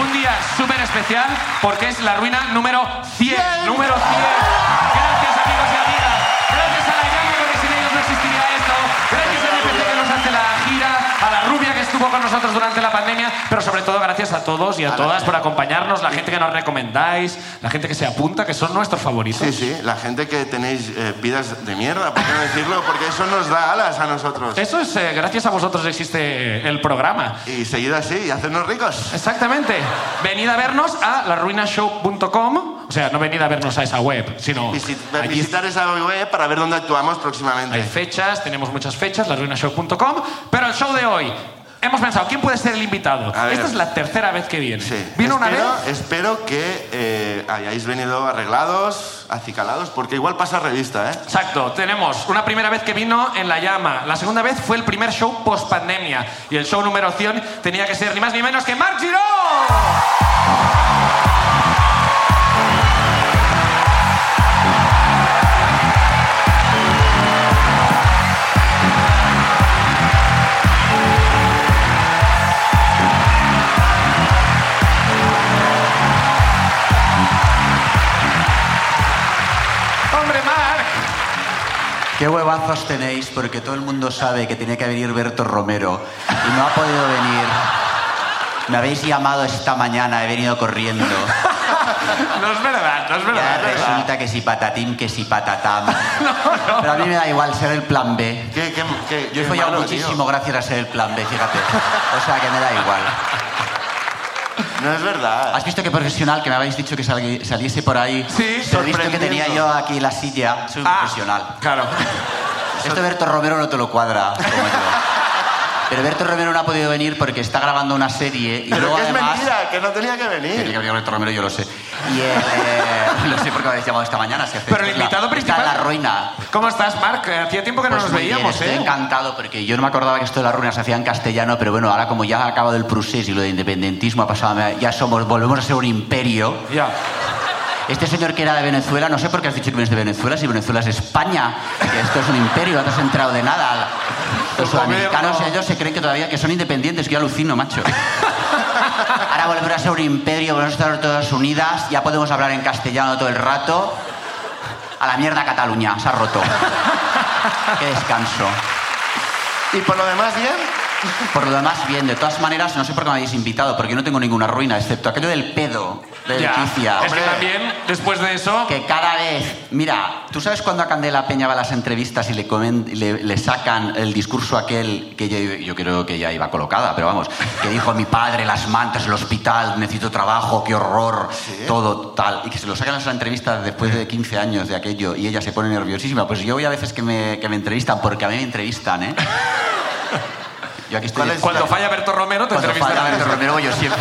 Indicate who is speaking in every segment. Speaker 1: Un día súper especial porque es la ruina número 100. Número 100. Gracias, amigos y amigas. Gracias a la Yanga, porque sin ellos no existiría esto. Gracias a NPC que nos hace la gira. A la rubia que estuvo con nosotros durante la pandemia. Pero sobre todo, gracias a todos y a, todas por acompañarnos. La gente que nos recomendáis, la gente que se apunta, que son nuestros favoritos.
Speaker 2: Sí, sí, la gente que tenéis eh, vidas de mierda, por qué no decirlo, porque eso nos da alas a nosotros.
Speaker 1: Eso es, eh, gracias a vosotros existe el programa.
Speaker 2: Y seguid así y hacernos ricos.
Speaker 1: Exactamente. Venid a vernos a laruinashow.com. O sea, no venid a vernos a esa web, sino
Speaker 2: Visit-
Speaker 1: allí
Speaker 2: visitar esa web para ver dónde actuamos próximamente.
Speaker 1: hay fechas, tenemos muchas fechas, laruinashow.com. Pero el show de hoy, hemos pensado, ¿quién puede ser el invitado?
Speaker 2: A ver.
Speaker 1: Esta es la tercera vez que viene.
Speaker 2: Sí.
Speaker 1: Vino una vez,
Speaker 2: espero, espero que eh, hayáis venido arreglados, acicalados, porque igual pasa revista, ¿eh?
Speaker 1: exacto, tenemos una primera vez que vino en La Llama. La segunda vez fue el primer show post pandemia. Y el show número 100 tenía que ser ni más ni menos que Marc Giró. Hombre, Marc.
Speaker 3: Qué huevazos tenéis porque todo el mundo sabe que tenía que venir Berto Romero y no ha podido venir. Me habéis llamado esta mañana, he venido corriendo.
Speaker 1: No es verdad, no es
Speaker 3: Ya
Speaker 1: verdad. no es verdad.
Speaker 3: resulta que si patatín, que si patatam. Pero a mí me da igual ser el plan B.
Speaker 2: ¿Qué, qué, qué,
Speaker 3: Yo he
Speaker 2: qué
Speaker 3: follado
Speaker 2: malo, tío.
Speaker 3: muchísimo gracias a ser el plan B, fíjate. O sea que me da igual.
Speaker 2: No es verdad.
Speaker 3: ¿Has visto qué profesional que me habéis dicho que salgui- saliese por ahí?
Speaker 1: Sí,
Speaker 3: He visto que tenía
Speaker 2: sorprendiendo.
Speaker 3: yo aquí la silla. Soy un
Speaker 1: Ah.
Speaker 3: profesional.
Speaker 1: Claro.
Speaker 3: Esto Berto Romero no te lo cuadra. como yo. Pero Berto Romero no ha podido venir porque está grabando una serie y
Speaker 2: Pero
Speaker 3: luego
Speaker 2: que es
Speaker 3: además...
Speaker 2: mentira, que no tenía que
Speaker 3: Que tiene
Speaker 2: venir.
Speaker 3: que venir Berto Romero, yo lo sé. Y eh, lo sé porque me habéis llamado esta mañana. Si hace-
Speaker 1: Pero el
Speaker 3: la-
Speaker 1: invitado principal-
Speaker 3: Está en la ruina.
Speaker 1: ¿Cómo estás, Marc? Hacía tiempo que no
Speaker 3: Pues
Speaker 1: nos
Speaker 3: muy bien,
Speaker 1: veíamos,
Speaker 3: Estoy
Speaker 1: ¿eh?
Speaker 3: encantado porque yo no me acordaba que esto de la ruina se hacía en castellano, pero bueno, ahora como ya ha acabado el procés y lo de independentismo ha pasado, ya somos, volvemos a ser un imperio.
Speaker 1: Ya.
Speaker 3: Este señor que era de Venezuela, no sé por qué has dicho que vienes de Venezuela, si Venezuela es España, que esto es un imperio, no te has enterado de nada.
Speaker 2: Pues
Speaker 3: Los
Speaker 1: Tu gobierno.
Speaker 3: sudamericanos ellos se creen que todavía que son independientes, que yo alucino, macho. Ahora volverá a ser un imperio, volvemos a estar todas unidas, ya podemos hablar en castellano todo el rato. A la mierda Cataluña, se ha roto. Qué descanso.
Speaker 2: Y por lo demás, bien.
Speaker 3: Por lo demás, bien, de todas maneras, no sé por qué me habéis invitado, porque yo no tengo ninguna ruina, excepto aquello del pedo de
Speaker 1: ya.
Speaker 3: Leticia.
Speaker 1: Es que
Speaker 2: hombre.
Speaker 1: también, después de eso,
Speaker 3: Que cada vez, mira, ¿tú sabes cuando a Candela Peña va a las entrevistas y le, comen- le, le sacan el discurso aquel que yo, yo creo que ya iba colocada, pero vamos, que dijo mi padre, las mantas, el hospital, necesito trabajo, qué horror, todo tal, y que se lo sacan en la entrevista después de 15 años de aquello y ella se pone nerviosísima? Pues yo voy a veces que me, que me entrevistan, porque a mí me entrevistan, ¿eh? Yo aquí estoy...
Speaker 2: ¿Cuál es
Speaker 1: cuando falla Berto Romero, te
Speaker 3: Cuando
Speaker 1: entrevistan.
Speaker 3: falla Berto Romero, yo siempre.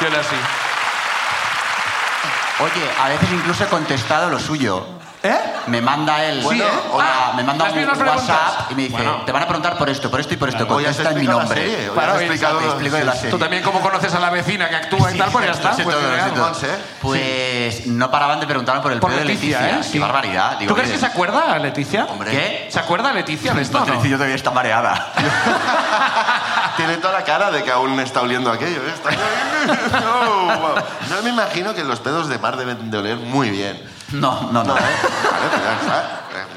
Speaker 1: Yo era así.
Speaker 3: Oye, a veces incluso he contestado lo suyo.
Speaker 1: ¿Eh?
Speaker 3: Me manda él.
Speaker 2: Bueno, ¿eh?
Speaker 3: hola,
Speaker 1: Ah,
Speaker 3: me manda
Speaker 1: las
Speaker 3: un
Speaker 1: mismas
Speaker 3: WhatsApp
Speaker 1: preguntas.
Speaker 3: y me dice,
Speaker 1: Bueno.
Speaker 3: te van a preguntar por esto, por esto y por esto.
Speaker 2: Hoy has
Speaker 3: Contesta en mi
Speaker 2: explicado la
Speaker 3: nombre.
Speaker 2: serie, hoy
Speaker 1: Claro,
Speaker 2: has
Speaker 1: hoy
Speaker 2: explicado-
Speaker 3: te explico yo la
Speaker 2: sí, sí.
Speaker 3: serie.
Speaker 1: Tú también, como conoces a la vecina que actúa y tal, pues ya está.
Speaker 3: Sí,
Speaker 1: pues
Speaker 3: todo,
Speaker 1: mira,
Speaker 3: sí, todo.
Speaker 2: Monse, ¿eh?
Speaker 3: Pues no paraban de preguntarme por el
Speaker 1: Por
Speaker 3: pedo
Speaker 1: Leticia,
Speaker 3: de
Speaker 1: ¿eh?
Speaker 3: Leticia.
Speaker 1: Sí.
Speaker 3: Qué barbaridad. Digo,
Speaker 1: ¿Tú crees que
Speaker 3: oye,
Speaker 1: se acuerda, Leticia?
Speaker 3: Hombre.
Speaker 1: ¿Qué? ¿Se acuerda Leticia de esto? o no?
Speaker 3: Leticia todavía está mareada.
Speaker 2: Tiene toda la cara de que aún está oliendo aquello. ¿eh? Está- No, wow. No me imagino que los pedos de mar deben de oler muy bien.
Speaker 3: No, no, no.
Speaker 2: No, ¿eh? Vale, pues ya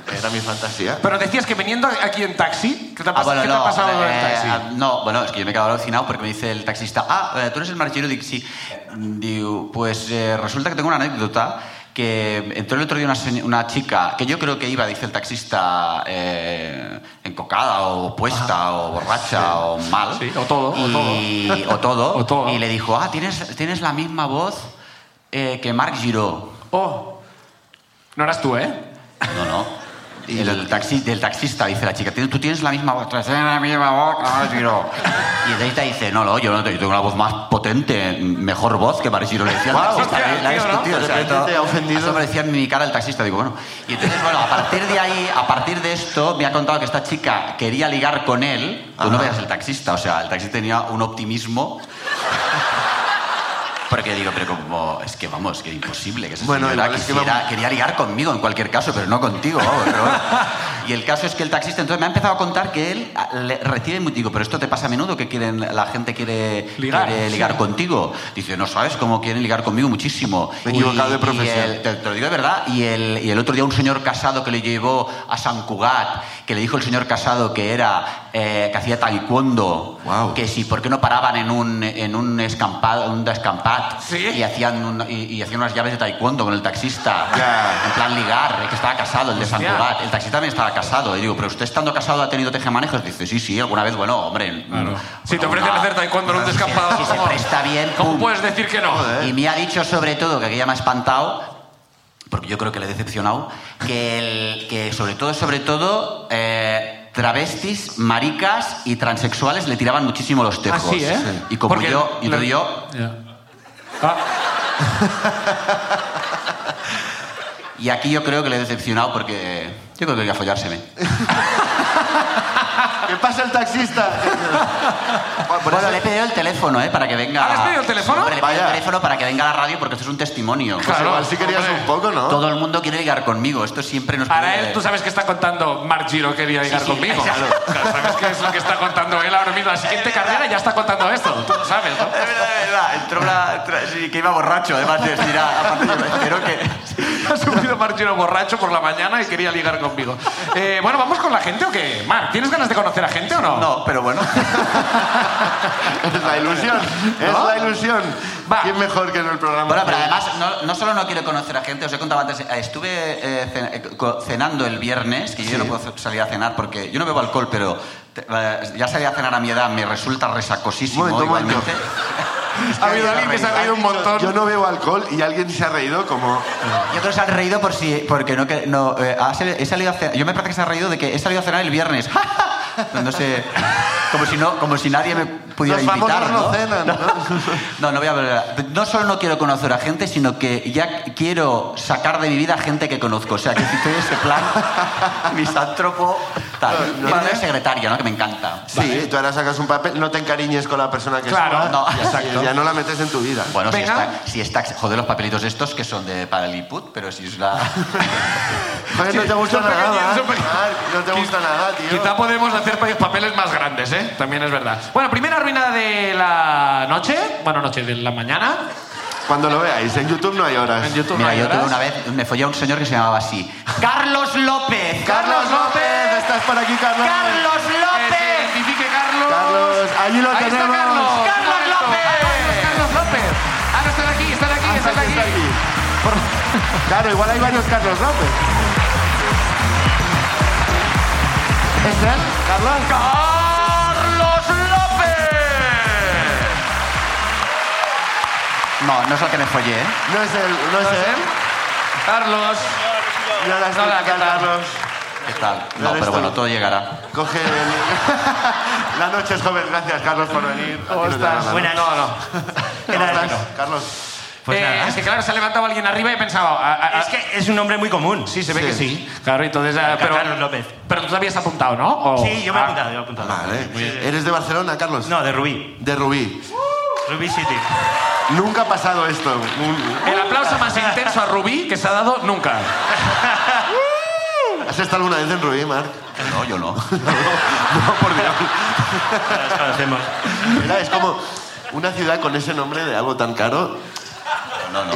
Speaker 2: está. Era mi fantasía.
Speaker 1: Pero decías que viniendo aquí en taxi, ¿qué te ha,
Speaker 3: Ah,
Speaker 1: pas-
Speaker 3: bueno,
Speaker 1: qué te ha
Speaker 3: no,
Speaker 1: pasado
Speaker 3: eh,
Speaker 1: en el taxi?
Speaker 3: ah, no, bueno, es que yo me he quedado alucinado porque me dice el taxista, ah, eh, tú eres el marchero, digo, sí. Digo, pues eh, resulta que tengo una anécdota que entró el otro día una, señ- una chica que yo creo que iba, dice el taxista, eh, encocada o puesta o borracha o mal.
Speaker 1: Ah. Sí, o todo, o
Speaker 3: y, o todo.
Speaker 1: O todo.
Speaker 3: Y le dijo, ah, tienes, tienes la misma voz eh, que Marc Giró.
Speaker 1: Oh. No eras tú, ¿eh?
Speaker 3: No, no. El, taxi, del taxista dice la chica, tú tienes la misma voz, tú tienes la misma voz, ah, Giro. Y el taxista dice, no, no, yo no tengo, yo tengo una voz más potente, mejor voz que para Giro. Le decía al
Speaker 2: Guau,
Speaker 3: taxista,
Speaker 1: hostia,
Speaker 3: la-
Speaker 1: tío,
Speaker 3: la
Speaker 1: ¿no?
Speaker 3: discutió,
Speaker 2: De
Speaker 3: o sea,
Speaker 2: repente
Speaker 3: todo-
Speaker 2: te ha ofendido.
Speaker 3: Eso me lo decía en mi cara el taxista, digo, bueno. Y entonces, bueno, a partir de ahí, a partir de esto, me ha contado que esta chica quería ligar con él, tú no veas el taxista, o sea, el taxista tenía un optimismo... Porque digo, pero como, es que vamos, que imposible que ese
Speaker 2: Bueno,
Speaker 3: señora
Speaker 2: igual es que
Speaker 3: quisiera-
Speaker 2: vamos-
Speaker 3: quería ligar conmigo en cualquier caso, pero no contigo, vamos, pero bueno. Y el caso es que el taxista entonces me ha empezado a contar que él ah, le recibe muy digo, pero esto te pasa a menudo que quieren la gente quiere
Speaker 1: Ligar,
Speaker 3: quiere ligar
Speaker 1: sí.
Speaker 3: contigo. Dice, "No sabes cómo quieren ligar conmigo muchísimo."
Speaker 2: Me he equivocado de
Speaker 3: Y- y
Speaker 2: profesión.
Speaker 3: el- te, te lo digo de verdad. Y el, y el otro día un señor casado que le llevó a San Cugat, que le dijo el señor casado que era eh, que hacía taekwondo,
Speaker 2: Guau.
Speaker 3: que si por qué no paraban en un en un escampado, un descampat
Speaker 1: Sí.
Speaker 3: y hacían un- y, y hacían unas llaves de taekwondo con el taxista,
Speaker 2: Ya.
Speaker 3: en plan ligar, eh, que estaba casado el de San
Speaker 1: Hostia.
Speaker 3: Cugat, el taxista también estaba casado. Y digo, pero usted estando casado ha tenido tejemanejos, dice, sí, sí, alguna vez, bueno, hombre, mm,
Speaker 1: Si te
Speaker 3: bueno,
Speaker 1: ofrecen
Speaker 3: una-
Speaker 1: hacer taekwondo en un
Speaker 3: se-
Speaker 1: descampado,
Speaker 3: se
Speaker 1: ¿cómo?
Speaker 3: presta bien,
Speaker 1: ¿Cómo
Speaker 3: pum.
Speaker 1: puedes decir que no?
Speaker 2: Joder.
Speaker 3: Y me ha dicho sobre todo, que aquella me ha espantado, porque yo creo que le he decepcionado, que, el- que sobre todo, sobre todo, eh, travestis, maricas y transexuales le tiraban muchísimo los tejos.
Speaker 1: Así, ¿eh?
Speaker 3: Sí. Y como
Speaker 1: Porque
Speaker 3: yo, y
Speaker 1: la-
Speaker 3: entonces yo,
Speaker 1: Ah,
Speaker 3: y aquí yo creo que le he decepcionado porque yo creo que quería follárseme.
Speaker 2: ¿Qué pasa el taxista? Bueno, por
Speaker 3: Bueno,
Speaker 2: eso-
Speaker 3: le he pedido el teléfono, ¿eh? Para que venga...
Speaker 1: ¿Ah, le has pedido el teléfono?
Speaker 3: Hombre, le he pedido
Speaker 2: Vaya.
Speaker 3: el teléfono para que venga a la radio porque esto es un testimonio. Pues
Speaker 2: pues
Speaker 1: claro,
Speaker 2: igual sí querías
Speaker 1: hombre.
Speaker 2: un poco, ¿no?
Speaker 3: Todo el mundo quiere ligar conmigo, esto siempre nos
Speaker 1: Ahora
Speaker 3: pide-
Speaker 1: él, tú sabes que está contando Mark Giro quería llegar
Speaker 3: sí,
Speaker 1: conmigo.
Speaker 3: claro.
Speaker 1: Claro, Sabes que es lo que está contando él ahora mismo. La siguiente carrera ya está contando esto. Tú lo sabes, ¿no?
Speaker 3: Es verdad, es verdad. Entró una... tra- sí, que iba borracho, además de decir, ah, aparte yo espero que...
Speaker 1: Ha subido Mark Giro borracho por la mañana y quería ligar conmigo. Eh, bueno, ¿vamos con la gente o qué? Mark, ¿tienes ganas de conocer a gente o no?
Speaker 3: No, pero bueno.
Speaker 2: Es la ilusión, es
Speaker 1: ¿No?
Speaker 2: la ilusión.
Speaker 1: Va.
Speaker 2: ¿Quién mejor que en el programa?
Speaker 3: Bueno, pero además, no, no solo no quiero conocer a gente, os he contado antes, eh, estuve eh, cen- eh, co- cenando el viernes, que yo ya no puedo salir a cenar porque yo no bebo alcohol, pero te- eh, ya salir a cenar a mi edad me resulta resacosísimo
Speaker 2: Momento, momento.
Speaker 3: igualmente.
Speaker 1: Ha habido alguien que se ha reído un montón.
Speaker 2: Yo no bebo alcohol y alguien se ha reído como...
Speaker 3: Yo creo que se han reído por si, porque no... que- no eh, ha sali- he salido a cenar, yo me parece que se ha reído de que he salido a cenar el viernes. No sé, como si, no, como si nadie me pudiera
Speaker 2: Los famosos
Speaker 3: invitar,
Speaker 2: no
Speaker 3: ¿no?
Speaker 2: cenan, ¿no?
Speaker 3: No, no voy a hablar. No solo no quiero conocer a gente, sino que ya quiero sacar de mi vida gente que conozco. O sea, que si estoy en ese plan, misántropo, tal.
Speaker 2: No, no.
Speaker 3: Quiero una secretaria, ¿no? Que me encanta.
Speaker 2: Sí, tú ahora sacas un papel, no te encariñes con la persona que
Speaker 1: Claro,
Speaker 2: está,
Speaker 3: no.
Speaker 2: ya,
Speaker 3: Exacto.
Speaker 2: ya no la metes en tu vida.
Speaker 3: Bueno, si
Speaker 1: Venga.
Speaker 3: está, si está... Joder, los papelitos estos que son de para el input, pero si es la...
Speaker 2: Joder, no te gusta
Speaker 1: son
Speaker 2: nada,
Speaker 1: pequeñitos,
Speaker 2: ¿eh?
Speaker 1: son pequeñitos.
Speaker 2: Marc, no te gusta
Speaker 1: Quiz-
Speaker 2: nada, tío.
Speaker 1: Quizá podemos hacer pa- papeles más grandes, ¿eh? También es verdad. Bueno, primera ruina de la noche. Bueno, noche de la mañana.
Speaker 2: Cuando lo veáis, en YouTube no hay horas.
Speaker 1: En YouTube
Speaker 3: Mira,
Speaker 1: no hay
Speaker 3: yo tuve
Speaker 1: horas.
Speaker 3: una vez... Me follé a un señor que se llamaba así. ¡Carlos López!
Speaker 2: Carlos López, estás por aquí, Carlos.
Speaker 3: ¡Carlos
Speaker 1: Que se
Speaker 3: López!
Speaker 1: identifique Carlos.
Speaker 2: Carlos, allí lo
Speaker 1: Ahí está
Speaker 2: tenemos.
Speaker 1: Carlos.
Speaker 3: ¡Carlos
Speaker 1: Un momento.
Speaker 3: López!
Speaker 1: Ah, Carlos López. Ah, no, están aquí, están aquí,
Speaker 2: Ah,
Speaker 1: están
Speaker 2: está aquí,
Speaker 1: aquí.
Speaker 2: está aquí. Por- Claro, igual hay varios Carlos Pues, López. ¿Es él, Carlos?
Speaker 1: ¡Carlos López!
Speaker 3: No, no es el que me follé, ¿eh?
Speaker 2: No es él, no es él.
Speaker 1: Carlos.
Speaker 2: No la
Speaker 1: Hola, ¿qué tal?
Speaker 2: Carlos.
Speaker 3: ¿Qué tal?
Speaker 2: No
Speaker 3: No,
Speaker 2: eres
Speaker 3: pero bueno,
Speaker 2: tú.
Speaker 3: todo llegará.
Speaker 2: Coge el... La noche es joven. Gracias, Carlos, por venir. A ti no te da la mano.
Speaker 1: Buenas. No, no.
Speaker 2: ¿Cómo estás, Carlos?
Speaker 4: Pues
Speaker 1: Eh,
Speaker 4: nada.
Speaker 1: Es que claro, se ha levantado alguien arriba y he pensado. ah, ah, ah,
Speaker 4: Es que es un nombre muy común.
Speaker 1: Sí, se ve
Speaker 2: Sí.
Speaker 1: que sí. Claro, entonces. ah, pero,
Speaker 4: Carlos López.
Speaker 1: Pero tú te habías apuntado, ¿no? O-
Speaker 4: Sí, yo me he
Speaker 1: Ah,
Speaker 4: apuntado, yo me he apuntado.
Speaker 2: Vale.
Speaker 4: Sí, sí.
Speaker 2: ¿Eres de Barcelona, Carlos?
Speaker 4: No, de Rubí.
Speaker 2: De Rubí.
Speaker 4: Rubí City.
Speaker 2: Nunca ha pasado esto. Un-
Speaker 1: El aplauso más intenso a Rubí que se ha dado nunca.
Speaker 2: ¿Has estado alguna vez en Rubí, Marc?
Speaker 3: No, yo no.
Speaker 2: No, por Dios.
Speaker 4: Ahora Nos conocemos.
Speaker 2: Mira, es como una ciudad con ese nombre de algo tan caro.
Speaker 3: No, no.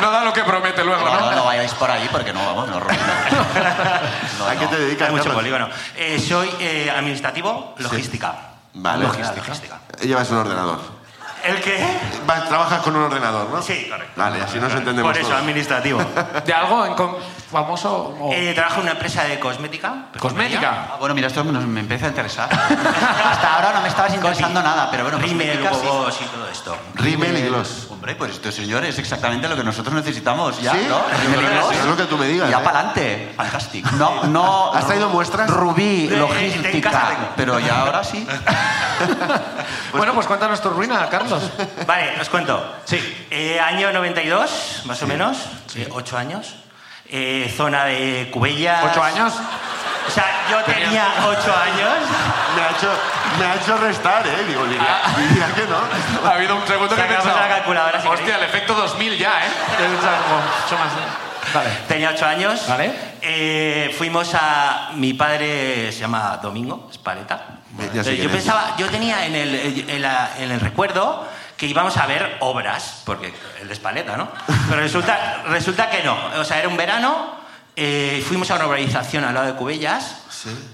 Speaker 1: No da lo que promete luego,
Speaker 3: No,
Speaker 1: ¿no?
Speaker 3: no, no vayáis por ahí porque no vamos, no rompemos. No,
Speaker 2: ¿A qué
Speaker 3: no.
Speaker 2: te dedicas,
Speaker 4: Hay mucho
Speaker 2: Carlos?
Speaker 4: polígono. Eh, soy eh, administrativo, logística.
Speaker 2: Vale.
Speaker 4: Logística. logística.
Speaker 2: Llevas un ordenador.
Speaker 4: ¿El qué?
Speaker 2: Vas- trabajas con un ordenador, ¿no?
Speaker 4: Sí, correcto.
Speaker 2: Vale, así nos entendemos
Speaker 4: Por eso,
Speaker 2: todos.
Speaker 4: administrativo.
Speaker 1: ¿De algo en con- famoso? o-
Speaker 4: Eh, trabajo en una empresa de cosmética.
Speaker 1: ¿Cosmética?
Speaker 3: Ah, bueno, mira, esto nos- me empieza a interesar. Hasta ahora no me estabas interesando nada, pero bueno,
Speaker 4: Rímel,
Speaker 3: cosmética, sí.
Speaker 4: Hugo Boss pues y todo esto.
Speaker 2: Rimmel y gloss.
Speaker 3: Hombre, pues esto, señor, es exactamente lo que nosotros necesitamos ya,
Speaker 2: ¿Sí?
Speaker 3: ¿no?
Speaker 2: Yo
Speaker 3: Rímel
Speaker 2: creo
Speaker 3: y
Speaker 2: que
Speaker 3: gloss.
Speaker 2: sí, es lo que tú me digas,
Speaker 3: Ya
Speaker 2: ¿eh?
Speaker 3: para adelante. Fantástico. No, no.
Speaker 2: ¿Has traído muestras?
Speaker 3: Rubí,
Speaker 4: Eh, en casa
Speaker 3: logística.
Speaker 4: tengo.
Speaker 3: Pero ya ahora sí.
Speaker 1: bueno, pues cuéntanos tu ruina, Carlos.
Speaker 4: Vale, os cuento.
Speaker 1: Sí.
Speaker 4: Eh, año 92, más o menos. eh, ocho años. Eh, zona de Cubellas.
Speaker 1: ¿Ocho años?
Speaker 4: O sea, yo tenía ocho años.
Speaker 2: Me ha, hecho, me ha hecho restar, ¿eh? Digo, diría,
Speaker 4: Ah.
Speaker 2: diría que no.
Speaker 1: Ha habido un segundo que he
Speaker 4: Sacamos
Speaker 1: pensado,
Speaker 4: la calculadora, si
Speaker 1: Hostia,
Speaker 4: queréis".
Speaker 1: el efecto 2000 ya, ¿eh? He pensado como, "Ocho más, ¿eh?". Vale.
Speaker 4: Tenía ocho años.
Speaker 1: Vale.
Speaker 4: Eh, fuimos a. Mi padre se llama Domingo Espareta.
Speaker 2: Ya- ya sé
Speaker 4: Eh,
Speaker 2: quién
Speaker 4: yo
Speaker 2: es.
Speaker 4: pensaba, yo tenía en el, en la- en el recuerdo que íbamos a ver obras, porque el Espaleta, ¿no? Pero resulta, resulta que no. O sea, era un verano, eh, fuimos a una organización al lado de Cubellas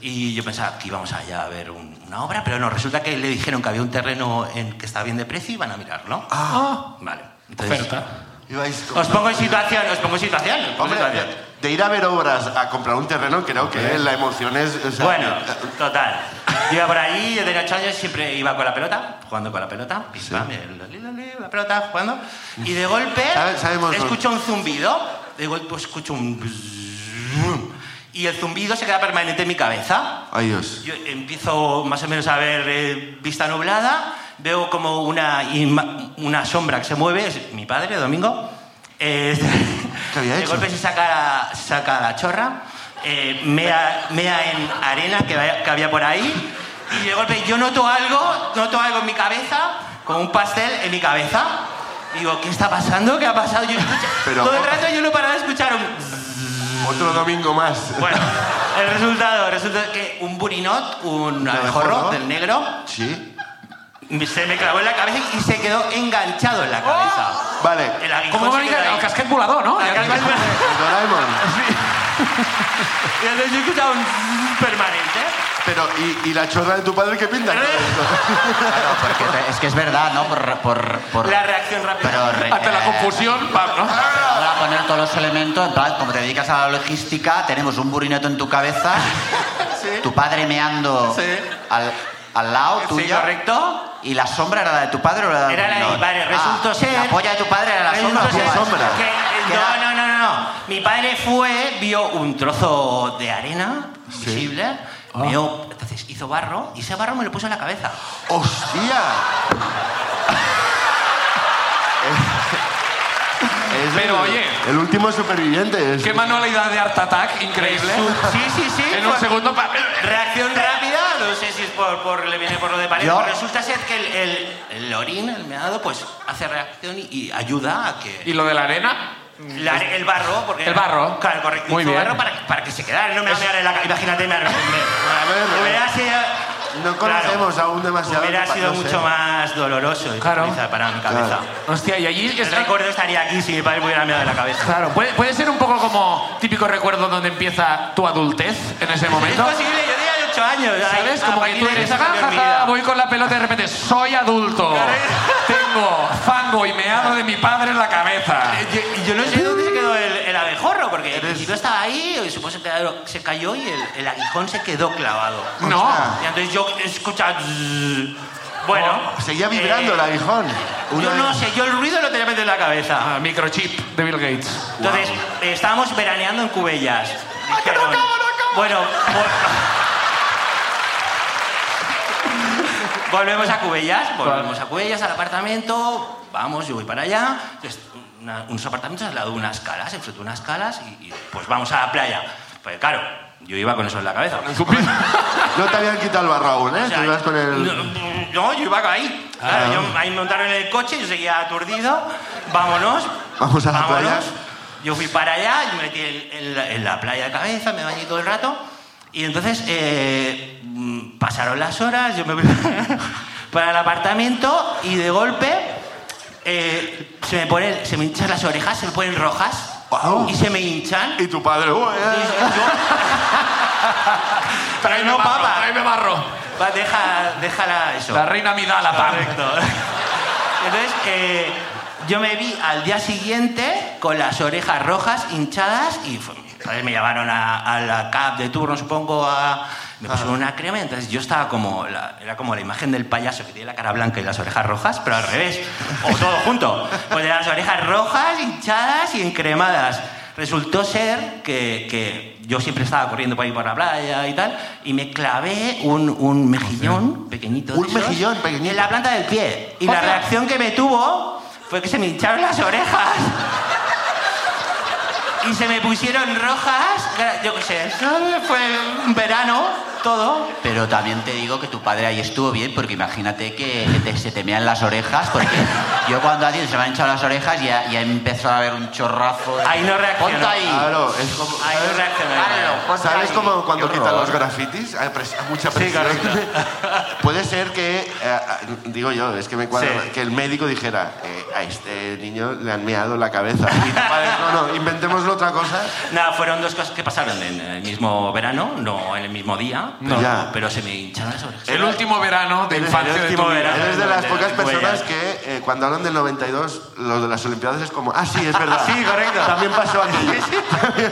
Speaker 4: y yo pensaba que íbamos allá a ver un- una obra, pero no, resulta que le dijeron que había un terreno en que estaba bien de precio y van a mirarlo.
Speaker 1: Ah,
Speaker 4: Vale. entonces-
Speaker 1: oferta.
Speaker 2: Ibais con-
Speaker 4: os pongo en situación, os pongo en situación. os pongo en
Speaker 2: Hombre,
Speaker 4: situación.
Speaker 2: de ir a ver obras a comprar un terreno, creo que la emoción es... o sea,
Speaker 4: Bueno,
Speaker 2: eh,
Speaker 4: total. Yo iba por ahí, yo tenía 8 años, siempre iba con la pelota, jugando con la pelota, pim, pam, el- li, li, li, la pelota, jugando. Y de golpe
Speaker 2: Sabe- sabemos-
Speaker 4: escucho un zumbido, de golpe escucho un... bzzz, Y el zumbido se queda permanente en mi cabeza.
Speaker 2: Ay, Dios.
Speaker 4: Pues Yo empiezo más o menos a ver eh, vista nublada, veo como una, ima- una sombra que se mueve, es mi padre, Domingo. eh,
Speaker 2: ¿Qué había
Speaker 4: de
Speaker 2: hecho?
Speaker 4: golpe se saca la, saca la chorra, eh, mea, mea en arena que, había- que había por ahí, y de golpe yo noto algo, noto algo en mi cabeza, como un pastel en mi cabeza. Digo, ¿qué está pasando? ¿Qué ha pasado? Yo escucho-
Speaker 2: Pero-
Speaker 4: todo el rato yo no paraba de escuchar un...
Speaker 2: Otro domingo más.
Speaker 4: Bueno, el resultado, resulta que un burinot, un abejorro
Speaker 2: abejorro.
Speaker 4: del negro,
Speaker 2: Sí.
Speaker 4: se me clavó en la cabeza y se quedó enganchado en la cabeza.
Speaker 2: Vale.
Speaker 4: El aguijón
Speaker 1: ¿Cómo
Speaker 4: se
Speaker 1: me dice?
Speaker 4: quedó ahí.
Speaker 1: El casquet volador, ¿no?
Speaker 4: La casca-
Speaker 2: Doraemon.
Speaker 4: Y entonces yo escuchaba un zzzz permanente.
Speaker 2: Pero, ¿y, y la chorra de tu padre qué pinta?
Speaker 4: Eh,
Speaker 2: con esto?
Speaker 3: Claro, porque te- es que es verdad, ¿no? Por, por, por-
Speaker 4: La reacción rápida.
Speaker 3: pero re-
Speaker 1: Ante la
Speaker 3: eh,
Speaker 1: confusión, pam, ¿no?
Speaker 3: Ahora poner todos los elementos, en plan, como te dedicas a la logística, tenemos un burrineto en tu cabeza, tu padre meando
Speaker 4: Sí.
Speaker 3: al, al lado
Speaker 4: Sí,
Speaker 3: tuyo.
Speaker 4: correcto.
Speaker 3: ¿Y la sombra era la de tu padre o la de
Speaker 4: Era la de mi
Speaker 3: burrineto?
Speaker 4: padre, resultó
Speaker 3: Ah,
Speaker 4: ser-
Speaker 3: La polla de tu padre era la sombra. pues. o tu
Speaker 4: Entonces,
Speaker 3: padre?
Speaker 2: sombra.
Speaker 4: que- eh,
Speaker 3: Que
Speaker 4: no,
Speaker 3: era-
Speaker 4: no, no, no, no. Mi padre fue, vio un trozo de arena visible,
Speaker 3: Ah.
Speaker 4: vio, entonces hizo barro y ese barro me lo puso en la cabeza.
Speaker 2: ¡Hostia! Es- es
Speaker 1: Pero,
Speaker 2: el-
Speaker 1: oye.
Speaker 2: El último superviviente es...
Speaker 1: Qué manualidad de Art Attack, increíble.
Speaker 4: Sí, sí, sí.
Speaker 1: En un
Speaker 4: fue-
Speaker 1: segundo, pam.
Speaker 4: Reacción rápida, no sé si es por, por- le viene por lo de pared,
Speaker 3: Yo-
Speaker 4: pero resulta ser que el, el, el orín, el meado, pues hace reacción y, y ayuda a que...
Speaker 1: ¿Y lo de la arena?
Speaker 4: La- el barro, porque...
Speaker 1: El barro.
Speaker 4: Claro, correcto.
Speaker 1: Muy
Speaker 4: hizo
Speaker 1: bien.
Speaker 4: barro para, que- para que se quedara, no me va a mear en la cara. Imagínate, me, me,
Speaker 2: ver,
Speaker 4: me- hubiera sido...
Speaker 2: No conocemos
Speaker 4: Claro,
Speaker 2: aún demasiado.
Speaker 4: Hubiera
Speaker 2: pa-
Speaker 4: sido
Speaker 2: no sé.
Speaker 4: mucho más doloroso y
Speaker 1: ¿eh? Claro.
Speaker 4: quizá para mi cabeza.
Speaker 2: Claro.
Speaker 1: Hostia, y allí
Speaker 4: El
Speaker 1: está...
Speaker 4: recuerdo estaría aquí si mi padre me hubiera meado en la cabeza.
Speaker 1: Claro, puede, puede ser un poco como típico recuerdo donde empieza tu adultez en ese
Speaker 4: Es
Speaker 1: momento.
Speaker 4: posible, yo tenía 8 años.
Speaker 1: ¿Sabes?
Speaker 4: Ay, a
Speaker 1: Como que
Speaker 4: partir
Speaker 1: tú
Speaker 4: de
Speaker 1: eres,
Speaker 4: eso cambió
Speaker 1: "Ja,
Speaker 4: mi
Speaker 1: ja, ja",
Speaker 4: vida.
Speaker 1: voy con la pelota y de repente, soy adulto, tengo fango y meado de mi padre en la cabeza.
Speaker 4: Yo, yo no sé dónde se quedó el, el abejorro, porque el
Speaker 2: Eres-
Speaker 4: principio estaba ahí, y supongo que se quedó- se cayó y el, el aguijón se quedó clavado.
Speaker 1: No,
Speaker 4: Y entonces yo escuchaba... zzzz. Bueno...
Speaker 2: Oh, Seguía vibrando el aguijón. Una-
Speaker 4: eh, Yo no sé, yo el ruido lo tenía metido en la cabeza.
Speaker 1: Ah, microchip de Bill Gates.
Speaker 4: Entonces, eh, estábamos veraneando en Cubellas. Dijeron- Bueno, vol- volvemos a Cubellas, volvemos a Cubellas, al apartamento, vamos, yo voy para allá. Entonces, una- unos apartamentos al lado de unas calas, enfrente de unas calas, y, y, pues vamos a la playa. Pues claro, yo iba con eso en la cabeza.
Speaker 2: No te habían quitado el barro aún, ¿eh?
Speaker 4: O sea,
Speaker 2: Tú ibas con el... Ah.
Speaker 4: no, no, yo iba ahí. Claro, yo- ahí me montaron en el coche, yo seguía aturdido. Vámonos.
Speaker 2: Vamos a la
Speaker 4: vámonos.
Speaker 2: playa.
Speaker 4: Yo fui para allá, yo me metí en, en la, en la playa de cabeza, me bañé todo el rato. Y entonces eh, mm, pasaron las horas, yo me fui para el apartamento y de golpe eh, se, me ponen, se me hinchan las orejas, se me ponen rojas
Speaker 2: Guau.
Speaker 4: y se me hinchan.
Speaker 2: Y tu padre... "Uy, eh".
Speaker 4: Pero no,
Speaker 1: barro,
Speaker 4: papa.
Speaker 1: tráeme barro.
Speaker 4: Va, deja, déjala eso.
Speaker 1: La reina Midala, pam.
Speaker 4: Correcto. Entonces, eh, yo me vi al día siguiente con las orejas rojas hinchadas y fue- entonces me llamaron a, a la CAP de turno, supongo, a, me
Speaker 2: Ah.
Speaker 4: pusieron una crema. Entonces yo estaba como, la- era como la imagen del payaso que tiene la cara blanca y las orejas rojas, pero al revés, o todo junto. Pues de las orejas rojas, hinchadas y encremadas. Resultó ser que, que yo siempre estaba corriendo por ahí por la playa y tal, y me clavé un, un mejillón pequeñito. de
Speaker 2: Un
Speaker 4: esos
Speaker 2: mejillón pequeñito.
Speaker 4: En la planta del pie. Y la
Speaker 1: Hostia.
Speaker 4: reacción que me tuvo fue que se me hincharon las orejas. Y se me pusieron rojas, yo qué sé, fue un verano. todo.
Speaker 3: Pero también te digo que tu padre ahí estuvo bien, porque imagínate que te- se te mean las orejas, porque yo cuando a alguien se me han echado las orejas ya, ya empezó a haber un chorrazo. de-
Speaker 4: Ahí no reaccionó.
Speaker 3: Ponte ahí.
Speaker 2: Claro, es como.
Speaker 4: Ahí no
Speaker 2: ¿sabes?
Speaker 4: reaccioné.
Speaker 3: Claro, ponte
Speaker 2: ¿Sabes
Speaker 3: ahí.
Speaker 2: cómo cuando
Speaker 3: Qué
Speaker 2: quitan
Speaker 3: horror.
Speaker 2: los grafitis? Hay pres- hay mucha
Speaker 4: Sí,
Speaker 2: presión.
Speaker 4: correcto.
Speaker 2: Puede ser que, eh, digo yo, es que me cuadra,
Speaker 4: Sí.
Speaker 2: que el médico dijera, eh, a este niño le han meado la cabeza. Y tu padre, no, no, inventémosle otra cosa.
Speaker 4: Nada, fueron dos cosas que pasaron en el mismo verano, no en el mismo día,
Speaker 2: No.
Speaker 4: pero,
Speaker 2: Ya.
Speaker 4: pero se me hincharon las orejas.
Speaker 1: El último verano de
Speaker 2: Eres-
Speaker 1: infancia
Speaker 2: eres
Speaker 1: de tu
Speaker 4: último
Speaker 1: vida.
Speaker 4: verano.
Speaker 2: Eres de las
Speaker 4: Bueno,
Speaker 2: pocas
Speaker 4: bueno.
Speaker 2: personas que eh, cuando hablan del 92, lo de las Olimpiadas es como, ah, sí, es verdad.
Speaker 4: Sí, correcto.
Speaker 2: También pasó aquí.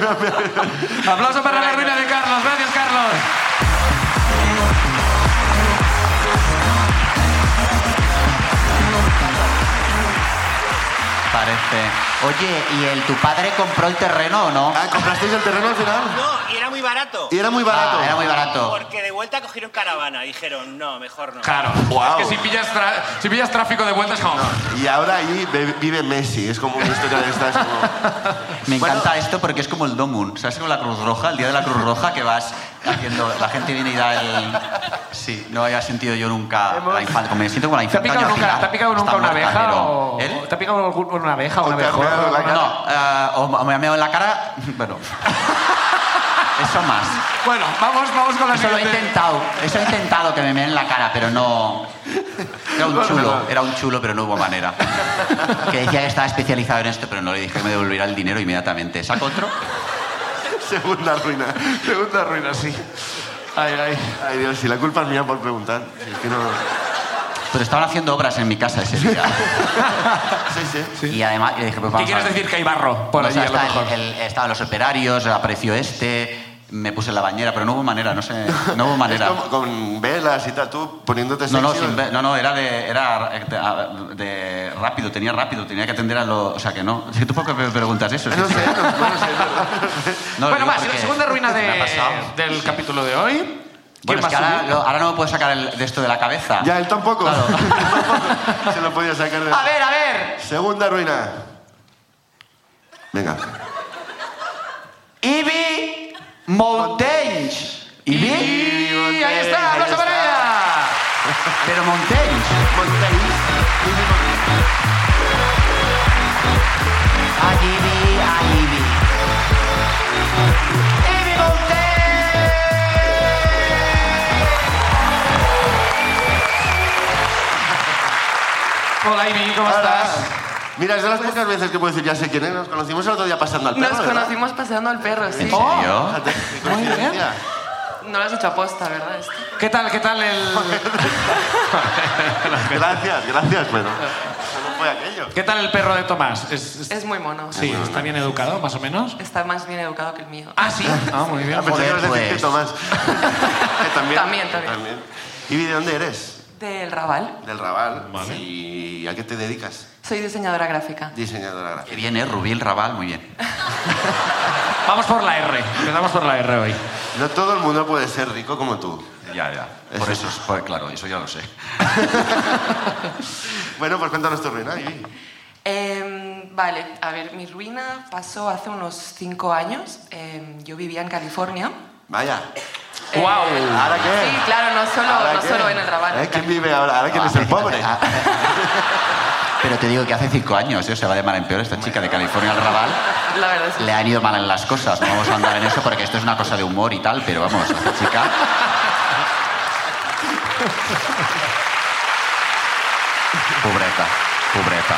Speaker 1: Aplauso para la ruina de Carlos. Gracias, Carlos.
Speaker 3: Parece. Oye, ¿y el tu padre compró el terreno o no?
Speaker 2: Ah, ¿Comprasteis el terreno al final?
Speaker 5: No, y era muy barato.
Speaker 2: Y era muy barato.
Speaker 3: Ah, era muy barato.
Speaker 5: Porque de vuelta cogieron caravana. Dijeron, no, mejor no.
Speaker 1: Claro.
Speaker 2: Guau.
Speaker 1: Es que si pillas, tra- si pillas tráfico de vueltas, como.
Speaker 2: Y ahora ahí ve- vive Messi, es como una historia de estas. Como...
Speaker 3: Me
Speaker 2: Bueno.
Speaker 3: encanta esto porque es como el Domun. ¿Sabes con la Cruz Roja? El día de la Cruz Roja que vas haciendo. La gente viene y da el. Sí, no había sentido yo nunca la infanta. Me siento como la
Speaker 6: ¿Te ha
Speaker 3: infanta.
Speaker 6: picado nunca,
Speaker 3: original.
Speaker 6: ¿te ha picado nunca
Speaker 3: Está
Speaker 6: una abeja?
Speaker 3: marcanero.
Speaker 6: O...
Speaker 3: ¿Él?
Speaker 6: ¿Te ha picado algún- una abeja o
Speaker 2: ¿O
Speaker 6: una
Speaker 2: te ha
Speaker 6: abejorra?
Speaker 2: meado la cara?
Speaker 3: No, eh, o, o me ha meado en la cara. Bueno. Eso más.
Speaker 1: Bueno, vamos, vamos con la
Speaker 3: Eso lo he
Speaker 1: siguiente.
Speaker 3: intentado. Eso he intentado que me meen en la cara, pero no. Era un chulo, era un chulo, pero no hubo manera. Que decía que estaba especializado en esto, pero no le dije que me devolviera el dinero inmediatamente. ¿Saco otro?
Speaker 2: Segunda ruina, segunda ruina, sí. Ay, ay. Ay, Dios, si la culpa es mía por preguntar. Si es que no...
Speaker 3: Pero estaban haciendo obras en mi casa ese día.
Speaker 2: Sí, sí.
Speaker 3: Y además, y le dije, pues
Speaker 1: ¿Qué
Speaker 3: vamos a
Speaker 1: quieres
Speaker 3: ver.
Speaker 1: decir que hay barro por
Speaker 3: O
Speaker 1: allí
Speaker 3: sea,
Speaker 1: a lo
Speaker 3: está
Speaker 1: mejor?
Speaker 3: el- el- estaban los operarios, apareció este, me puse en la bañera, pero no hubo manera, no sé, no hubo
Speaker 2: Es
Speaker 3: manera.
Speaker 2: como con velas y tal, tú poniéndote
Speaker 3: No, no,
Speaker 2: sexy,
Speaker 3: sin ver- no, no, era de, era de, de rápido, tenía rápido, tenía que atender a los... O sea, que no. Es que tú poco me preguntas eso.
Speaker 2: No
Speaker 3: sí.
Speaker 2: sé, no, no sé.
Speaker 3: No, lo
Speaker 1: bueno,
Speaker 3: digo
Speaker 1: va,
Speaker 3: porque
Speaker 1: segunda ruina de-
Speaker 3: me ha pasado.
Speaker 1: del capítulo de hoy. ¿Quién
Speaker 3: Bueno, es
Speaker 1: más
Speaker 3: que ahora,
Speaker 1: sube?
Speaker 3: lo- ahora no me puedo sacar el- de esto de la cabeza.
Speaker 2: Ya, él tampoco.
Speaker 3: Claro.
Speaker 2: Tampoco Se lo podía sacar de...
Speaker 3: A ver, a ver.
Speaker 2: Segunda ruina. Venga.
Speaker 3: Ivy Montaigne. Ivy.
Speaker 1: Y ahí está, aplauso para ella.
Speaker 3: Pero Montaigne. A Ivy, a Ivy. Ivy Montaigne.
Speaker 1: Hola, Ivy, ¿cómo
Speaker 2: Hola.
Speaker 1: estás?
Speaker 2: Mira, es de las pocas veces que puedo decir ya sé quién es. Nos conocimos el otro día pasando al perro,
Speaker 7: Nos
Speaker 2: ¿verdad?
Speaker 7: conocimos paseando al perro, sí.
Speaker 3: ¿En
Speaker 1: Oh.
Speaker 3: serio?
Speaker 2: Fíjate, qué coincidencia.
Speaker 7: Oh, No lo has hecho aposta, ¿verdad? Esto?
Speaker 1: ¿Qué tal, qué tal el,
Speaker 2: Gracias, gracias, bueno. Eso no fue aquello.
Speaker 1: qué tal el perro de Tomás? Es- es-
Speaker 7: Es muy mono.
Speaker 1: sí, está bien educado, más o menos.
Speaker 7: Está más bien educado que el mío.
Speaker 1: Ah, sí. Ah, muy bien.
Speaker 2: Ah, pensé que
Speaker 3: Joder,
Speaker 2: ibas a decir
Speaker 3: pues.
Speaker 2: que Tomás. Que también.
Speaker 7: También, también.
Speaker 2: ¿Y de dónde eres?
Speaker 7: Del Raval.
Speaker 2: Del Raval. ¿Y a qué te dedicas?
Speaker 7: Soy diseñadora gráfica.
Speaker 2: Diseñadora gráfica.
Speaker 3: Qué bien, ¿eh? Rubil Raval, muy bien.
Speaker 1: Vamos por la R. Empezamos por la R hoy.
Speaker 2: No todo el mundo puede ser rico como tú.
Speaker 3: Ya, ya. Por eso, es- por- claro, eso ya lo sé.
Speaker 2: Bueno, pues cuéntanos tu ruina. Ivy.
Speaker 7: Em, vale, a ver, mi ruina pasó hace unos cinco años. Em, yo vivía en California. Eh,
Speaker 2: Vaya.
Speaker 1: ¡Guau!
Speaker 2: ¿Ahora qué?
Speaker 7: Sí, claro, no solo,
Speaker 2: ¿Ahora
Speaker 7: no
Speaker 2: qué?
Speaker 7: solo en el Raval.
Speaker 2: ¿Eh? ¿Quién vive ahora? ¿Ahora quién es el pobre?
Speaker 3: Pero te digo que hace cinco años, ¿eh? se va de mal en peor esta chica de California al Raval.
Speaker 7: La verdad es que
Speaker 3: Le han ido mal en las cosas. No vamos a andar en eso porque esto es una cosa de humor y tal, pero vamos, esta chica. Pobreta, pobreta.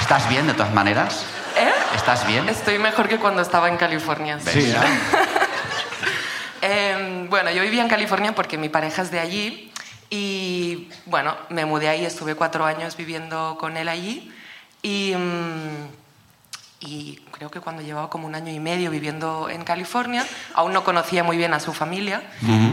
Speaker 3: ¿Estás bien de todas maneras?
Speaker 7: ¿Eh?
Speaker 3: ¿Estás bien?
Speaker 7: Estoy mejor que cuando estaba en California. sí.
Speaker 3: ¿Ves?
Speaker 7: Em, bueno, yo vivía en California porque mi pareja es de allí y bueno, me mudé ahí, estuve cuatro años viviendo con él allí y, mm, y creo que cuando llevaba como un año y medio viviendo en California, aún no conocía muy bien a su familia,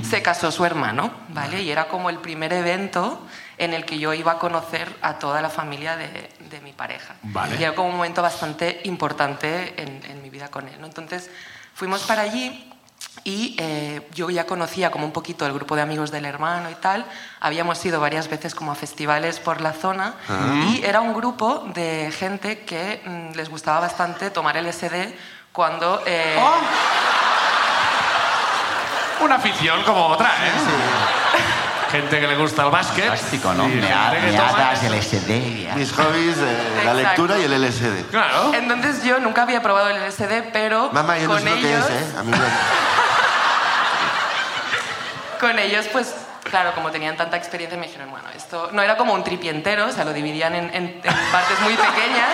Speaker 7: se casó su hermano, ¿vale? Y era como el primer evento en el que yo iba a conocer a toda la familia de, de mi pareja. Y era como un momento bastante importante en, en mi vida con él, ¿no? Entonces fuimos para allí. Y eh, yo ya conocía como un poquito el grupo de amigos del hermano y tal. Habíamos ido varias veces como a festivales por la zona
Speaker 2: Ah.
Speaker 7: y era un grupo de gente que mm, les gustaba
Speaker 2: Oh.
Speaker 7: bastante tomar LSD cuando... eh,
Speaker 1: una afición como otra, ¿eh? Gente que le gusta el básquet.
Speaker 3: Fantástico, ¿no?
Speaker 1: y gente
Speaker 3: Mea-
Speaker 1: que toma-
Speaker 3: Meadas, LSD. ya.
Speaker 2: Mis hobbies, eh, la
Speaker 7: Exacto.
Speaker 2: lectura y el LSD.
Speaker 1: Claro.
Speaker 7: Entonces yo nunca había probado el LSD, pero
Speaker 2: Mamá, yo no
Speaker 7: con
Speaker 2: sé lo que
Speaker 7: ellos,
Speaker 2: es, ¿eh? A mí me-
Speaker 7: con ellos, pues claro, como tenían tanta experiencia, me dijeron, bueno, esto no era como un tripi entero, o sea, lo dividían en, en- en partes muy pequeñas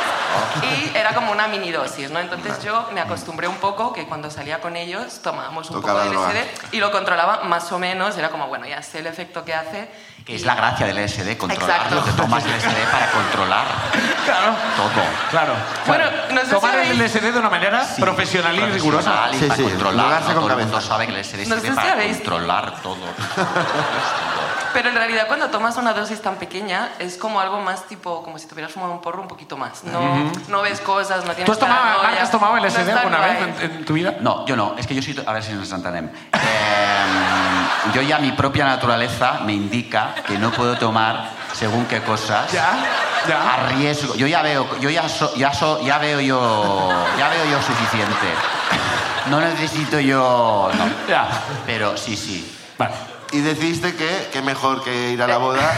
Speaker 7: y era como una mini dosis, ¿no? Entonces yo me acostumbré un poco que cuando salía con ellos tomábamos un
Speaker 2: Tocaba
Speaker 7: poco
Speaker 2: droga.
Speaker 7: de LSD y lo controlaba más o menos, era como, bueno, ya sé el efecto que hace.
Speaker 3: Que es la gracia del LSD,
Speaker 7: Exacto.
Speaker 3: controlarlo. Te tomas LSD para controlar
Speaker 1: Claro.
Speaker 3: todo.
Speaker 1: Claro.
Speaker 7: Bueno, no sé
Speaker 1: Tomar
Speaker 7: si
Speaker 1: el
Speaker 7: habéis-
Speaker 1: LSD de una manera profesional y rigurosa.
Speaker 3: Profesional y
Speaker 2: Sí,
Speaker 3: para
Speaker 2: sí,
Speaker 3: controlar.
Speaker 2: drogarse
Speaker 3: ¿no?
Speaker 2: con
Speaker 3: Todo el mundo
Speaker 2: cabeza.
Speaker 3: sabe que el LSD
Speaker 7: No
Speaker 3: sirve
Speaker 7: sé si
Speaker 3: para
Speaker 7: habéis-
Speaker 3: controlar todo.
Speaker 7: Pero en realidad cuando tomas una dosis tan pequeña es como algo más tipo, como si tuvieras fumado un porro un poquito más. No, no ves cosas, no tienes
Speaker 1: ¿Tú has tomado,
Speaker 7: paranoia.
Speaker 1: Marc, has tomado
Speaker 7: No
Speaker 1: LSD
Speaker 7: es tan
Speaker 1: alguna vez
Speaker 7: guay.
Speaker 1: en, en tu vida?
Speaker 3: No, yo no. Es que yo soy... A ver si nos entenemos. Eh, yo ya mi propia naturaleza me indica que no puedo tomar según qué cosas.
Speaker 1: Ya, ya.
Speaker 3: a riesgo. Yo ya veo, yo ya, so- ya, so- ya veo yo, ya veo yo suficiente. No necesito yo, no.
Speaker 1: Ya.
Speaker 3: Pero sí, sí.
Speaker 1: Vale.
Speaker 2: Y decidiste que, que mejor que ir a la boda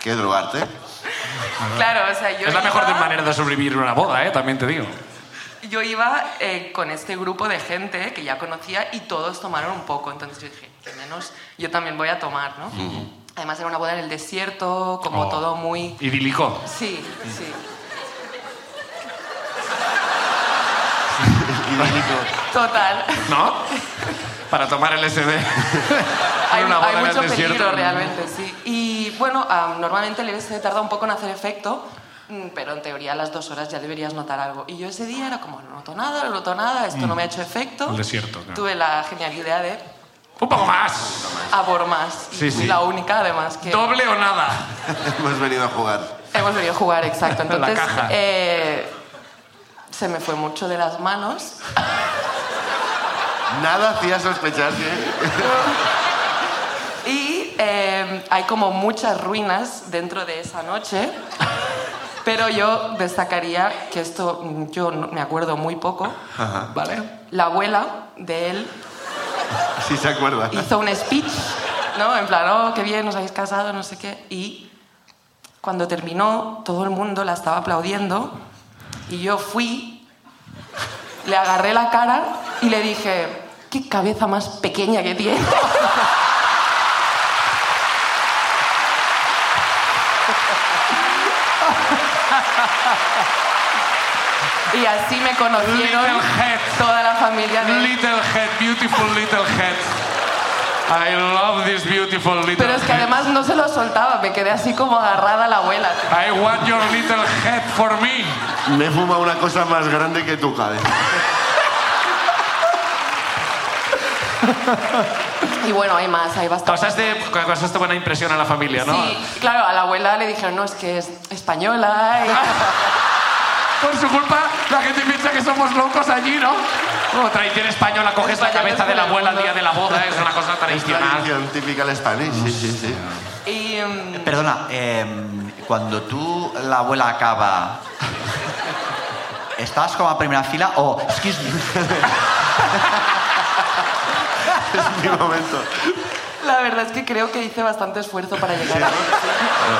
Speaker 2: que drogarte.
Speaker 7: Claro, o sea, yo
Speaker 1: Es la mejor de
Speaker 7: iba-
Speaker 1: manera de sobrevivir una boda, ¿eh? También te digo.
Speaker 7: Yo iba eh, con este grupo de gente que ya conocía y todos tomaron un poco. Entonces yo dije, que menos yo también voy a tomar, ¿no? Además era una boda en el desierto, como
Speaker 1: Oh.
Speaker 7: todo muy...
Speaker 1: Idílico.
Speaker 7: Sí, sí. Total.
Speaker 1: ¿No? Para tomar LSD.
Speaker 7: hay,
Speaker 1: En una boda
Speaker 7: hay
Speaker 1: en el
Speaker 7: mucho
Speaker 1: desierto.
Speaker 7: peligro realmente, sí. Y bueno, ah, normalmente el LSD tarda un poco en hacer efecto, mm, pero en teoría a las dos horas ya deberías notar algo. Y yo ese día era como, no noto nada, no noto nada, esto no me ha hecho efecto.
Speaker 1: Mm. El desierto, claro.
Speaker 7: Tuve la genial idea de
Speaker 1: Un poco más.
Speaker 7: abor más. Y
Speaker 1: Sí,
Speaker 7: fui
Speaker 1: sí.
Speaker 7: la única, además, que
Speaker 1: Doble o nada.
Speaker 2: Hemos venido a jugar.
Speaker 7: hemos venido a jugar, exacto.
Speaker 1: La
Speaker 7: Entonces,
Speaker 1: caja.
Speaker 7: eh, se me fue mucho de las manos.
Speaker 2: Nada hacía sospechar que...
Speaker 7: Y eh, hay como muchas ruinas dentro de esa noche, pero yo destacaría que esto mm, yo no- me acuerdo muy poco.
Speaker 1: Vale.
Speaker 7: La abuela de él
Speaker 2: Si se acuerda.
Speaker 7: hizo un speech, ¿no? En plan, oh, qué bien, nos habéis casado, no sé qué. Y cuando terminó, todo el mundo la estaba aplaudiendo y yo fui, le agarré la cara y le dije, qué cabeza más pequeña que tiene. Y así me conocieron
Speaker 1: Little head.
Speaker 7: toda la familia de
Speaker 1: Little head, beautiful little head. I love this beautiful little
Speaker 7: Pero es que
Speaker 1: head.
Speaker 7: además no se lo soltaba, me quedé así como agarrada a la abuela.
Speaker 1: I want your little head for me.
Speaker 2: Me fuma una cosa más grande que tu cabeza.
Speaker 7: Y bueno, hay más, hay bastante.
Speaker 1: Causaste, causaste buena impresión a la familia, ¿no?
Speaker 7: Sí, claro, a la abuela le dijeron, no, es que es española. y-
Speaker 1: Por su culpa, la gente piensa que somos locos allí, ¿no? Como traición española, coges la
Speaker 7: Españoles
Speaker 1: cabeza de la
Speaker 7: por
Speaker 1: abuela
Speaker 7: el
Speaker 1: el
Speaker 7: mundo.
Speaker 1: día de la boda, es una cosa tradicional.
Speaker 2: Tradición típica Spanish, sí, sí, sí.
Speaker 7: Y, mm,
Speaker 3: Perdona, eh, cuando tú, la abuela acaba, ¿estás como a primera fila o... excuse me?
Speaker 2: Es mi momento.
Speaker 7: la verdad es que creo que hice bastante esfuerzo para llegar. ahí.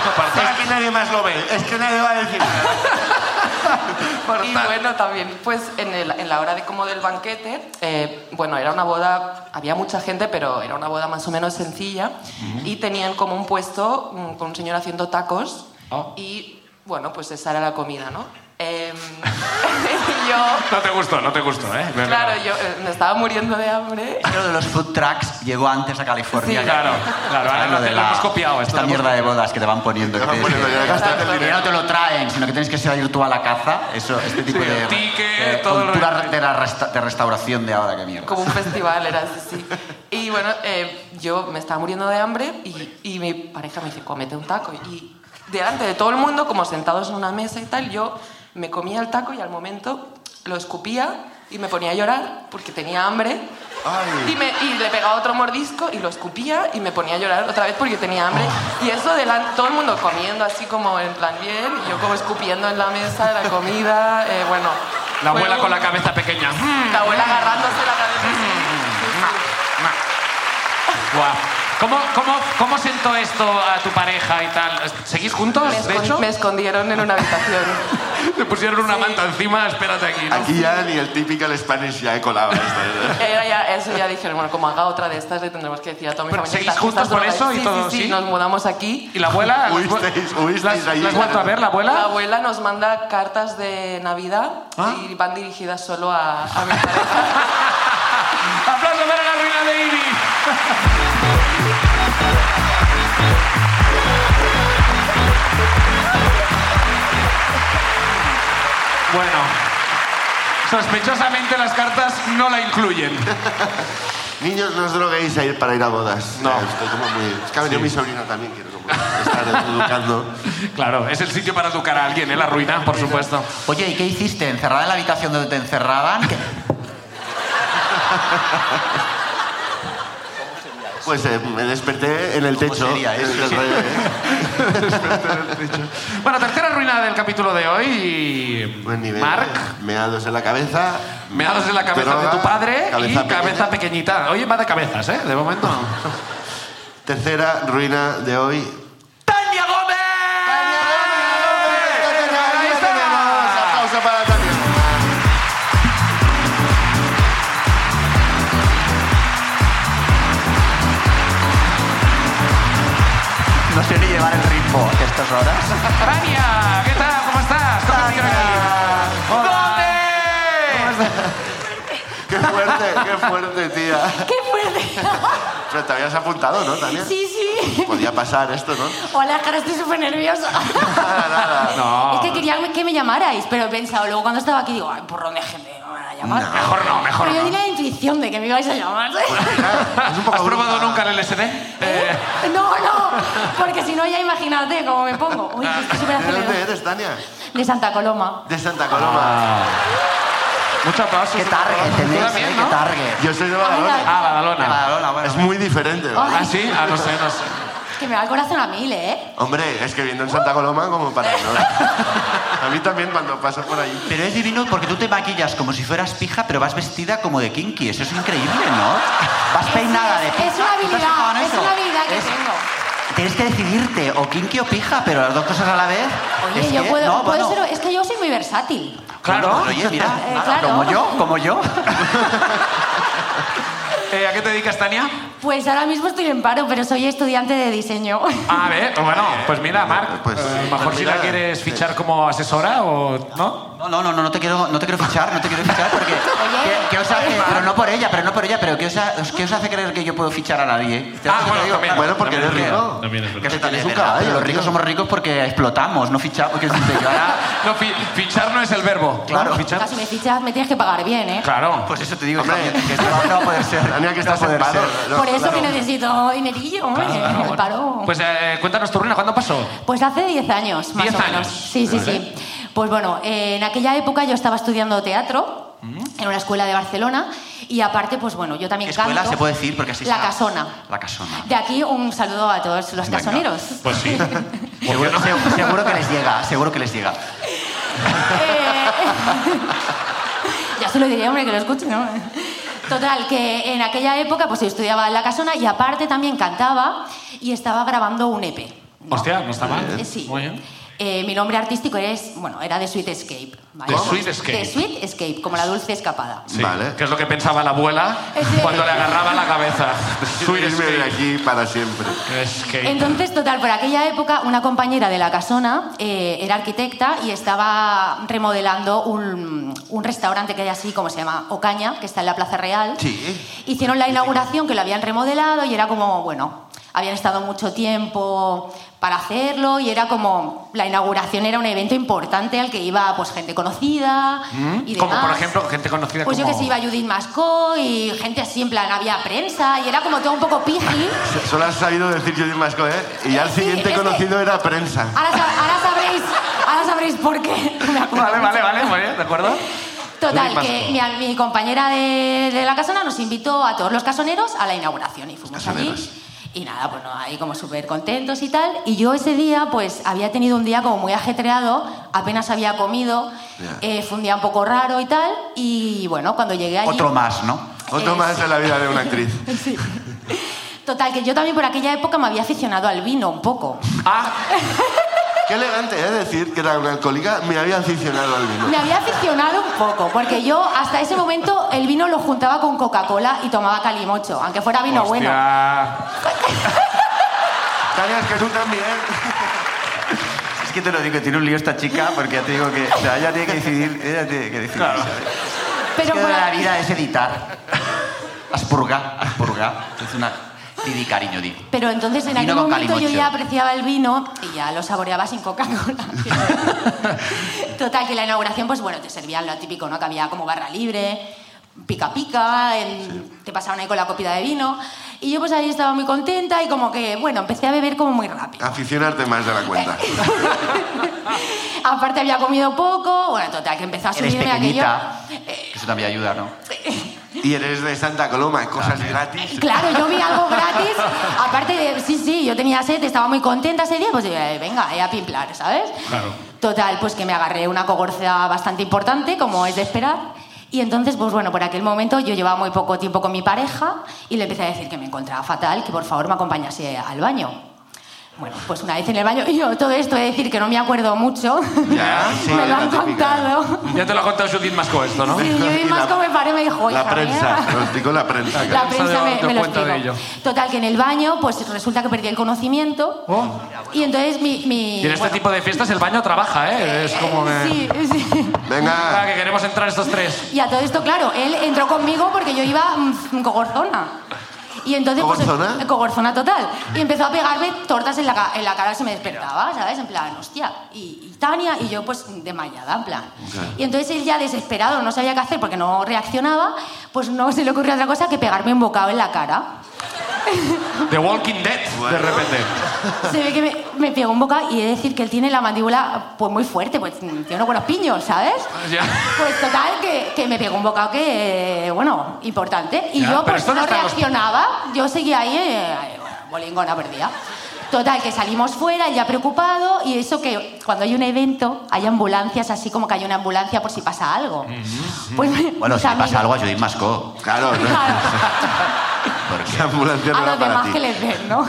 Speaker 1: Aparte,
Speaker 2: que nadie más lo ve. Es que nadie va a decir nada.
Speaker 7: Y bueno, también, pues en, el- en la hora de como del banquete, eh, bueno, era una boda, había mucha gente, pero era una boda más o menos sencilla. Y tenían como un puesto mm, con un señor haciendo tacos.
Speaker 1: Oh.
Speaker 7: Y bueno, pues esa era la comida, ¿no? Em, y yo.
Speaker 1: No te gustó, no te gustó, ¿eh? No, no.
Speaker 7: Claro, yo eh, me estaba muriendo de hambre.
Speaker 3: Lo de los food trucks llegó antes a California.
Speaker 7: Sí.
Speaker 1: Claro, claro. Ahora
Speaker 3: Lo
Speaker 1: lo,
Speaker 3: de
Speaker 1: lo
Speaker 3: la-
Speaker 1: hemos copiado. esto
Speaker 3: Esta
Speaker 1: lo hemos
Speaker 3: mierda de bodas que te van poniendo. que
Speaker 2: van
Speaker 3: tienes que-
Speaker 2: poniendo que gastaste el
Speaker 3: que
Speaker 2: dinero.
Speaker 3: no te lo traen, sino que tienes que salir tú a la caza. Eso, este tipo
Speaker 1: Sí,
Speaker 3: de,
Speaker 1: el ticket,
Speaker 3: de
Speaker 1: todo el
Speaker 3: cultura
Speaker 1: rollo.
Speaker 3: de, la resta- de restauración de ahora, que mierda.
Speaker 7: Como un festival era así, sí. Y bueno, eh, yo me estaba muriendo de hambre y, y mi pareja me dice, cómete un taco. Y delante de todo el mundo, como sentados en una mesa y tal, yo me comía el taco y al momento lo escupía y me ponía a llorar porque tenía hambre.
Speaker 2: Ay.
Speaker 7: Y, me- y le pegaba otro mordisco y lo escupía y me ponía a llorar otra vez porque tenía hambre. Y eso delante, todo el mundo comiendo así como en plan bien, y yo como escupiendo en la mesa la comida, eh, bueno.
Speaker 1: La
Speaker 7: fue
Speaker 1: abuela
Speaker 7: un-
Speaker 1: con la cabeza pequeña. Mm,
Speaker 7: La abuela agarrándose la cabeza. así.
Speaker 1: ma, ma. Guau. ¿Cómo, cómo, ¿Cómo sentó esto a tu pareja y tal? ¿Seguís juntos,
Speaker 7: Me,
Speaker 1: de
Speaker 7: escon-
Speaker 1: hecho?
Speaker 7: me escondieron en una habitación.
Speaker 1: Te pusieron una manta encima, espérate aquí. ¿no?
Speaker 2: Aquí ya ni el típico Spanish ya colaba esto. ¿eh?
Speaker 7: Era ya, eso ya dijeron, bueno, como haga otra de estas le tendremos que decir a toda mi
Speaker 1: Pero
Speaker 7: familia.
Speaker 1: ¿seguís
Speaker 7: "Estás-
Speaker 1: juntos
Speaker 7: estás
Speaker 1: por eso
Speaker 7: drogada".
Speaker 1: y
Speaker 7: Sí,
Speaker 1: todo,
Speaker 7: sí,
Speaker 1: sí?
Speaker 7: sí, nos mudamos aquí.
Speaker 1: ¿Y la abuela?
Speaker 2: Huisteis, huisteis
Speaker 1: ¿La
Speaker 2: allí.
Speaker 1: has vuelto a ver, la
Speaker 7: La
Speaker 1: abuela?
Speaker 7: abuela nos manda cartas de Navidad
Speaker 1: ¿Ah?
Speaker 7: y van dirigidas solo a, a mi pareja.
Speaker 1: ¡Aplauso para la ruina de Ibi! Bueno, sospechosamente las cartas no la incluyen.
Speaker 2: Niños, no os droguéis a ir para ir a bodas. Eh,
Speaker 1: No.
Speaker 2: Estoy como muy... Es que ha venido mi sobrino también, quiero como estar educando.
Speaker 1: Claro, es el sitio para educar a alguien, ¿eh? La ruina, por supuesto.
Speaker 3: Oye, ¿y qué hiciste? ¿Encerrada en la habitación donde te encerraban? ¿Qué-
Speaker 2: Pues eh, me desperté en el
Speaker 3: ¿Cómo
Speaker 2: techo.
Speaker 3: sería eso?
Speaker 2: Es el rollo, eh.
Speaker 1: Bueno, tercera ruina del capítulo de hoy.
Speaker 2: Buen nivel.
Speaker 1: Marc,
Speaker 2: Meados en la cabeza.
Speaker 1: meados en la cabeza
Speaker 2: droga,
Speaker 1: de tu padre y
Speaker 2: pequeña.
Speaker 1: cabeza pequeñita. Oye, va de cabezas, ¿eh? De momento.
Speaker 2: Tercera ruina de hoy.
Speaker 1: ¡Tania Gómez!
Speaker 2: Ahí
Speaker 1: está.
Speaker 2: tenemos. Aplauso para Tania.
Speaker 3: No sé ni llevar el ritmo a estas horas.
Speaker 1: Tania, ¿qué tal? ¿Cómo estás? ¿Cómo te ¡Gómez!
Speaker 2: Qué fuerte, qué fuerte, tía.
Speaker 6: ¡Qué fuerte!
Speaker 2: Pero te habías apuntado, ¿no, Tania?
Speaker 6: Sí, sí.
Speaker 2: Podía pasar esto, ¿no?
Speaker 6: Hola, cara, estoy súper nerviosa.
Speaker 1: No.
Speaker 6: Es que quería que me llamarais, pero he pensado, luego cuando estaba aquí, digo, ay, porrón de gente, me van a llamar.
Speaker 1: Mejor no, mejor
Speaker 6: pero yo
Speaker 1: no.
Speaker 6: tenía la intuición de que me ibais a llamar.
Speaker 1: ¿Has probado nunca el LSD?
Speaker 6: ¿Eh? No, no, porque si no ya imagínate cómo me pongo. Uy, es que súper
Speaker 2: ¿De dónde
Speaker 6: acelerado.
Speaker 2: eres, Tania?
Speaker 6: De Santa Coloma.
Speaker 2: De Santa Coloma.
Speaker 3: Ah.
Speaker 1: Mucho aplauso.
Speaker 3: ¿Qué target
Speaker 1: Tú
Speaker 3: tenéis? eh?
Speaker 1: también,
Speaker 3: ¿Qué
Speaker 1: ¿no?
Speaker 3: target?
Speaker 2: Yo soy de Badalona.
Speaker 1: Ah, Badalona.
Speaker 3: Badalona, bueno.
Speaker 2: Es muy diferente, ¿vale?
Speaker 1: Ah, sí, ah, no sé, no sé.
Speaker 6: Que me va el corazón a mil, ¿eh?
Speaker 2: Hombre, es que viendo en Santa Coloma como para no. A mí también cuando paso por ahí.
Speaker 3: Pero es divino porque tú te maquillas como si fueras pija, pero vas vestida como de kinky. Eso es increíble, ¿no? Vas peinada de pija.
Speaker 6: Es una
Speaker 3: ¿Tú te has fijado en
Speaker 6: habilidad, es
Speaker 3: eso?
Speaker 6: una habilidad que
Speaker 3: Es-
Speaker 6: tengo.
Speaker 3: Tienes que decidirte o kinky o pija, pero las dos cosas a la vez.
Speaker 6: Oye,
Speaker 3: es
Speaker 6: yo
Speaker 3: que-
Speaker 6: puedo,
Speaker 3: no,
Speaker 6: puedo
Speaker 3: bueno.
Speaker 6: ser- es que yo soy muy versátil.
Speaker 1: Claro.
Speaker 3: Pero, oye, mira,
Speaker 6: Eh, claro.
Speaker 3: como yo, como yo.
Speaker 1: Eh, ¿A qué te dedicas, Tania?
Speaker 6: Pues ahora mismo estoy en paro, pero soy estudiante de diseño.
Speaker 1: A ver, bueno, pues mira, Marc,
Speaker 2: Pues,
Speaker 1: eh,
Speaker 2: sí,
Speaker 1: mejor
Speaker 2: pues
Speaker 1: si
Speaker 2: mira,
Speaker 1: la quieres fichar como asesora o no.
Speaker 3: No, no, no, no, no te quiero, no te quiero fichar, no te quiero fichar porque. ¿qué, qué os hace? Pero no por ella, pero no por ella, pero ¿qué os, ha- os- qué os hace creer que yo puedo fichar a nadie? ¿Sabes lo que te digo?
Speaker 2: Bueno, porque eres rico.
Speaker 3: Que eso
Speaker 2: También es
Speaker 3: es
Speaker 2: un
Speaker 3: verdad,
Speaker 2: caballo,
Speaker 3: pero Los
Speaker 2: tío.
Speaker 3: ricos somos ricos porque explotamos, no fichamos. Que decirte, yo ahora-
Speaker 1: No, fi- fichar no es el verbo.
Speaker 3: Claro.
Speaker 1: fichar.
Speaker 6: Si me fichas, me tienes que pagar bien, ¿eh?
Speaker 1: Claro.
Speaker 3: Pues eso te digo,
Speaker 2: Hombre.
Speaker 3: Javier, que esto no- no puede ser.
Speaker 2: Tania, que estás
Speaker 3: no
Speaker 2: en
Speaker 3: puede
Speaker 2: paro.
Speaker 3: ser.
Speaker 2: ¿no?
Speaker 6: Por eso
Speaker 2: Claro.
Speaker 6: que necesito dinerillo, hombre. el paro.
Speaker 1: Ah, Pues
Speaker 6: Pues,
Speaker 1: eh, cuéntanos tu ruina, ¿cuándo pasó?
Speaker 6: hace 10 años, más
Speaker 1: 10
Speaker 6: o menos.
Speaker 1: años.
Speaker 6: Sí, sí, sí. Pues bueno, eh, en aquella época yo estaba estudiando teatro en una escuela de Barcelona y aparte, pues bueno, yo también
Speaker 3: Escuela
Speaker 6: canto.
Speaker 3: se puede decir porque así
Speaker 6: La
Speaker 3: está-
Speaker 6: casona.
Speaker 3: La casona.
Speaker 6: De aquí un saludo a todos los
Speaker 3: Venga.
Speaker 6: casoneros.
Speaker 1: Pues sí.
Speaker 3: Seguro, se- seguro que les llega, seguro que les llega.
Speaker 6: Eh, ya se lo diría, hombre, que lo escuche, ¿no? Total, que en aquella época pues yo estudiaba en la casona y aparte también cantaba y estaba grabando un EP. ¿no?
Speaker 1: Hostia, no está mal.
Speaker 6: Eh, Sí.
Speaker 1: Muy bien.
Speaker 6: Eh, mi nombre artístico es, bueno, era de Sweet Escape. ¿vale?
Speaker 1: The Sweet Escape.
Speaker 6: The Sweet Escape, como la dulce escapada.
Speaker 1: Sí,
Speaker 2: Vale.
Speaker 1: Que es lo que pensaba la abuela
Speaker 6: Ese-
Speaker 1: cuando le agarraba la cabeza. Sweet
Speaker 2: Irme de
Speaker 1: escape.
Speaker 2: aquí para siempre.
Speaker 1: Escape.
Speaker 6: Entonces, total, por aquella época una compañera de la casona eh, era arquitecta y estaba remodelando un, un restaurante que hay así, como se llama Ocaña, que está en la Plaza Real.
Speaker 2: Sí.
Speaker 6: Hicieron la inauguración, que lo habían remodelado y era como, bueno, habían estado mucho tiempo para hacerlo y era como, la inauguración era un evento importante al que iba pues gente conocida y
Speaker 1: Como por
Speaker 6: demás.
Speaker 1: ejemplo, gente conocida
Speaker 6: Pues
Speaker 1: como.
Speaker 6: yo que sé, iba Judith Mascó y gente así, en plan, había prensa y era como todo un poco piji.
Speaker 2: Solo has sabido decir Judith Masco, ¿eh? Y ya el
Speaker 6: Sí,
Speaker 2: siguiente
Speaker 6: es que- Ah,
Speaker 2: conocido era prensa.
Speaker 6: Ahora, sab- ahora sabréis, ahora sabréis por qué. Me acuerdo
Speaker 1: Vale, vale,
Speaker 6: mucho.
Speaker 1: vale, pues, muy bien, ¿de acuerdo?
Speaker 6: Total,
Speaker 1: Judith
Speaker 6: que
Speaker 1: Masco.
Speaker 6: mi, mi compañera de, de la casona nos invitó a todos los casoneros a la inauguración y fuimos allí.
Speaker 2: casoneros.
Speaker 6: Y nada, pues no, ahí como súper contentos y tal. Y yo ese día, pues había tenido un día como muy ajetreado, apenas había comido,
Speaker 2: Ya.
Speaker 6: eh, fue un día un poco raro y tal. Y bueno, cuando llegué allí...
Speaker 3: Otro más, ¿no?
Speaker 2: Otro
Speaker 6: Eh,
Speaker 2: más
Speaker 6: sí.
Speaker 2: en la vida de una actriz.
Speaker 6: Sí. Total, que yo también por aquella época me había aficionado al vino un poco.
Speaker 2: Qué elegante, ¿eh? Decir que era una alcohólica, me había aficionado al vino.
Speaker 6: Me había aficionado un poco, porque yo hasta ese momento el vino lo juntaba con Coca-Cola y tomaba calimocho, aunque fuera vino bueno.
Speaker 1: Hostia.
Speaker 2: Tania, es que tú también.
Speaker 3: Es que te lo digo, tiene un lío esta chica porque ya te digo que o sea, ella tiene que decidir. Ella tiene que decidir. ¿sabes?
Speaker 6: Pero
Speaker 3: es que
Speaker 6: por
Speaker 3: la
Speaker 6: aqu-
Speaker 3: vida es editar. Aspurga, aspurga. Es una... Di, di, cariño, di.
Speaker 6: Pero entonces en
Speaker 3: Vino
Speaker 6: aquel
Speaker 3: con
Speaker 6: momento yo
Speaker 3: calimocho.
Speaker 6: ya apreciaba el vino y ya lo saboreaba sin Coca-Cola. Total, que la inauguración, pues bueno, te servían lo típico, ¿no? Que había como barra libre, pica pica, en- te pasaban ahí con la copita de vino. Y yo pues ahí estaba muy contenta y como que, bueno, empecé a beber como muy rápido.
Speaker 2: Aficionarte más de la cuenta.
Speaker 6: Aparte había comido poco, bueno, total, que empezó a
Speaker 3: Eres
Speaker 6: subirme aquello.
Speaker 3: pequeñita.
Speaker 1: eh,
Speaker 3: Eso también ayuda, ¿no?
Speaker 2: Y eres de Santa Coloma, cosas gratis.
Speaker 6: Claro, yo vi algo gratis. Aparte de, sí, sí, yo tenía sed, estaba muy contenta ese día, pues eh, venga, eh, a pimplar, ¿sabes? Claro. Total, pues que me agarré una cogorza bastante importante, como es de esperar. Y entonces, pues bueno, por aquel momento yo llevaba muy poco tiempo con mi pareja y le empecé a decir que me encontraba fatal, que por favor me acompañase al baño. Bueno, pues una vez en el baño, y yo todo esto he de decir que no me acuerdo mucho,
Speaker 2: Ya, sí,
Speaker 6: me lo
Speaker 2: la
Speaker 6: han
Speaker 2: típica.
Speaker 6: contado.
Speaker 1: Ya te lo ha contado Judith Masco esto, ¿no?
Speaker 6: Sí, yo
Speaker 2: Y
Speaker 6: y más
Speaker 2: la-
Speaker 6: como me paré me dijo,
Speaker 2: La
Speaker 6: "Hija
Speaker 2: prensa,
Speaker 6: mía".
Speaker 2: lo explicó la prensa. claro.
Speaker 6: La prensa me,
Speaker 1: dado
Speaker 6: me lo
Speaker 1: cuenta de
Speaker 6: explicó.
Speaker 1: ello.
Speaker 6: Total, que en el baño, pues resulta que perdí el conocimiento. Y entonces mi... mi-
Speaker 1: Oh. Y en este
Speaker 6: bueno,
Speaker 1: tipo de fiestas el baño trabaja, ¿eh? Es como que...
Speaker 6: Sí, sí.
Speaker 1: Ah,
Speaker 2: Venga,
Speaker 1: que queremos entrar estos tres.
Speaker 6: Y a todo esto, claro, él entró conmigo porque yo iba mm, cogorzona. Y entonces, pues,
Speaker 2: ¿Cogorzona?
Speaker 6: eh, cogorzona total. Y empezó a pegarme tortas en la, ca- en la cara se me despertaba, ¿sabes? En plan, hostia. Y, y Tania y yo, pues, desmayada, en plan. Y entonces él ya desesperado, no sabía qué hacer porque no reaccionaba, pues no se le ocurrió otra cosa que pegarme un bocado en la cara.
Speaker 1: The Walking Dead, de repente.
Speaker 6: Se ve que me, me pegó un bocado y he de decir que él tiene la mandíbula pues muy fuerte, pues tiene unos buenos piños, ¿sabes?
Speaker 1: Ya.
Speaker 6: Pues total, que, que me pegó un bocado que, eh, bueno, importante. Y
Speaker 1: Ya,
Speaker 6: yo
Speaker 1: pero
Speaker 6: pues
Speaker 1: esto no
Speaker 6: no
Speaker 1: está en los-
Speaker 6: reaccionaba, yo seguía ahí, eh, bueno, bolingona perdida. Total, que salimos fuera, él ya preocupado, y eso que cuando hay un evento hay ambulancias, así como que hay una ambulancia por si pasa algo. Pues, me-
Speaker 3: Bueno,
Speaker 6: mis
Speaker 3: si le pasa
Speaker 6: amigos-
Speaker 3: algo a Judith Masco.
Speaker 2: claro, ¿no?
Speaker 6: Claro.
Speaker 2: la ambulancia no
Speaker 6: a
Speaker 2: era
Speaker 6: los demás
Speaker 2: para
Speaker 6: que
Speaker 2: ti.
Speaker 6: les ven, ¿no?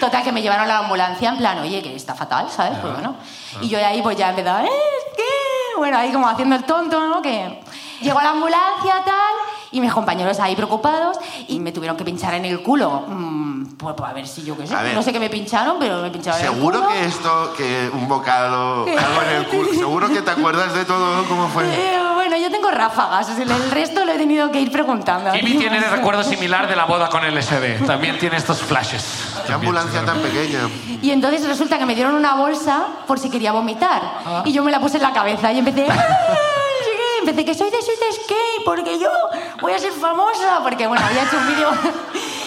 Speaker 6: Total, que me llevaron a la ambulancia en plan, oye, que está fatal, ¿sabes? Pues bueno. Y yo de ahí pues ya empezaba, ¿eh? ¿Qué? Bueno, ahí como haciendo el tonto, ¿no? Que llegó a la ambulancia, tal, y mis compañeros ahí preocupados y me tuvieron que pinchar en el culo. Mm, pues, pues, a ver si yo qué sé.
Speaker 2: A ver.
Speaker 6: No sé qué me pincharon, pero me pincharon en el
Speaker 2: Seguro
Speaker 6: culo.
Speaker 2: que esto, que un bocado, algo en el culo, seguro que te acuerdas de todo cómo fue.
Speaker 6: Eh, bueno, yo tengo ráfagas, o sea, el resto lo he tenido que ir preguntando.
Speaker 1: Kimi tiene el recuerdo similar de la boda con LSD. También tiene estos flashes.
Speaker 2: Qué ambulancia tan pequeña.
Speaker 6: Y entonces resulta que me dieron una bolsa por si quería vomitar.
Speaker 2: Ah.
Speaker 6: Y yo me la puse en la cabeza y empecé... "Ah, no sé qué". Empecé que soy de soy de skate porque yo voy a ser famosa. Porque, bueno, había hecho un vídeo...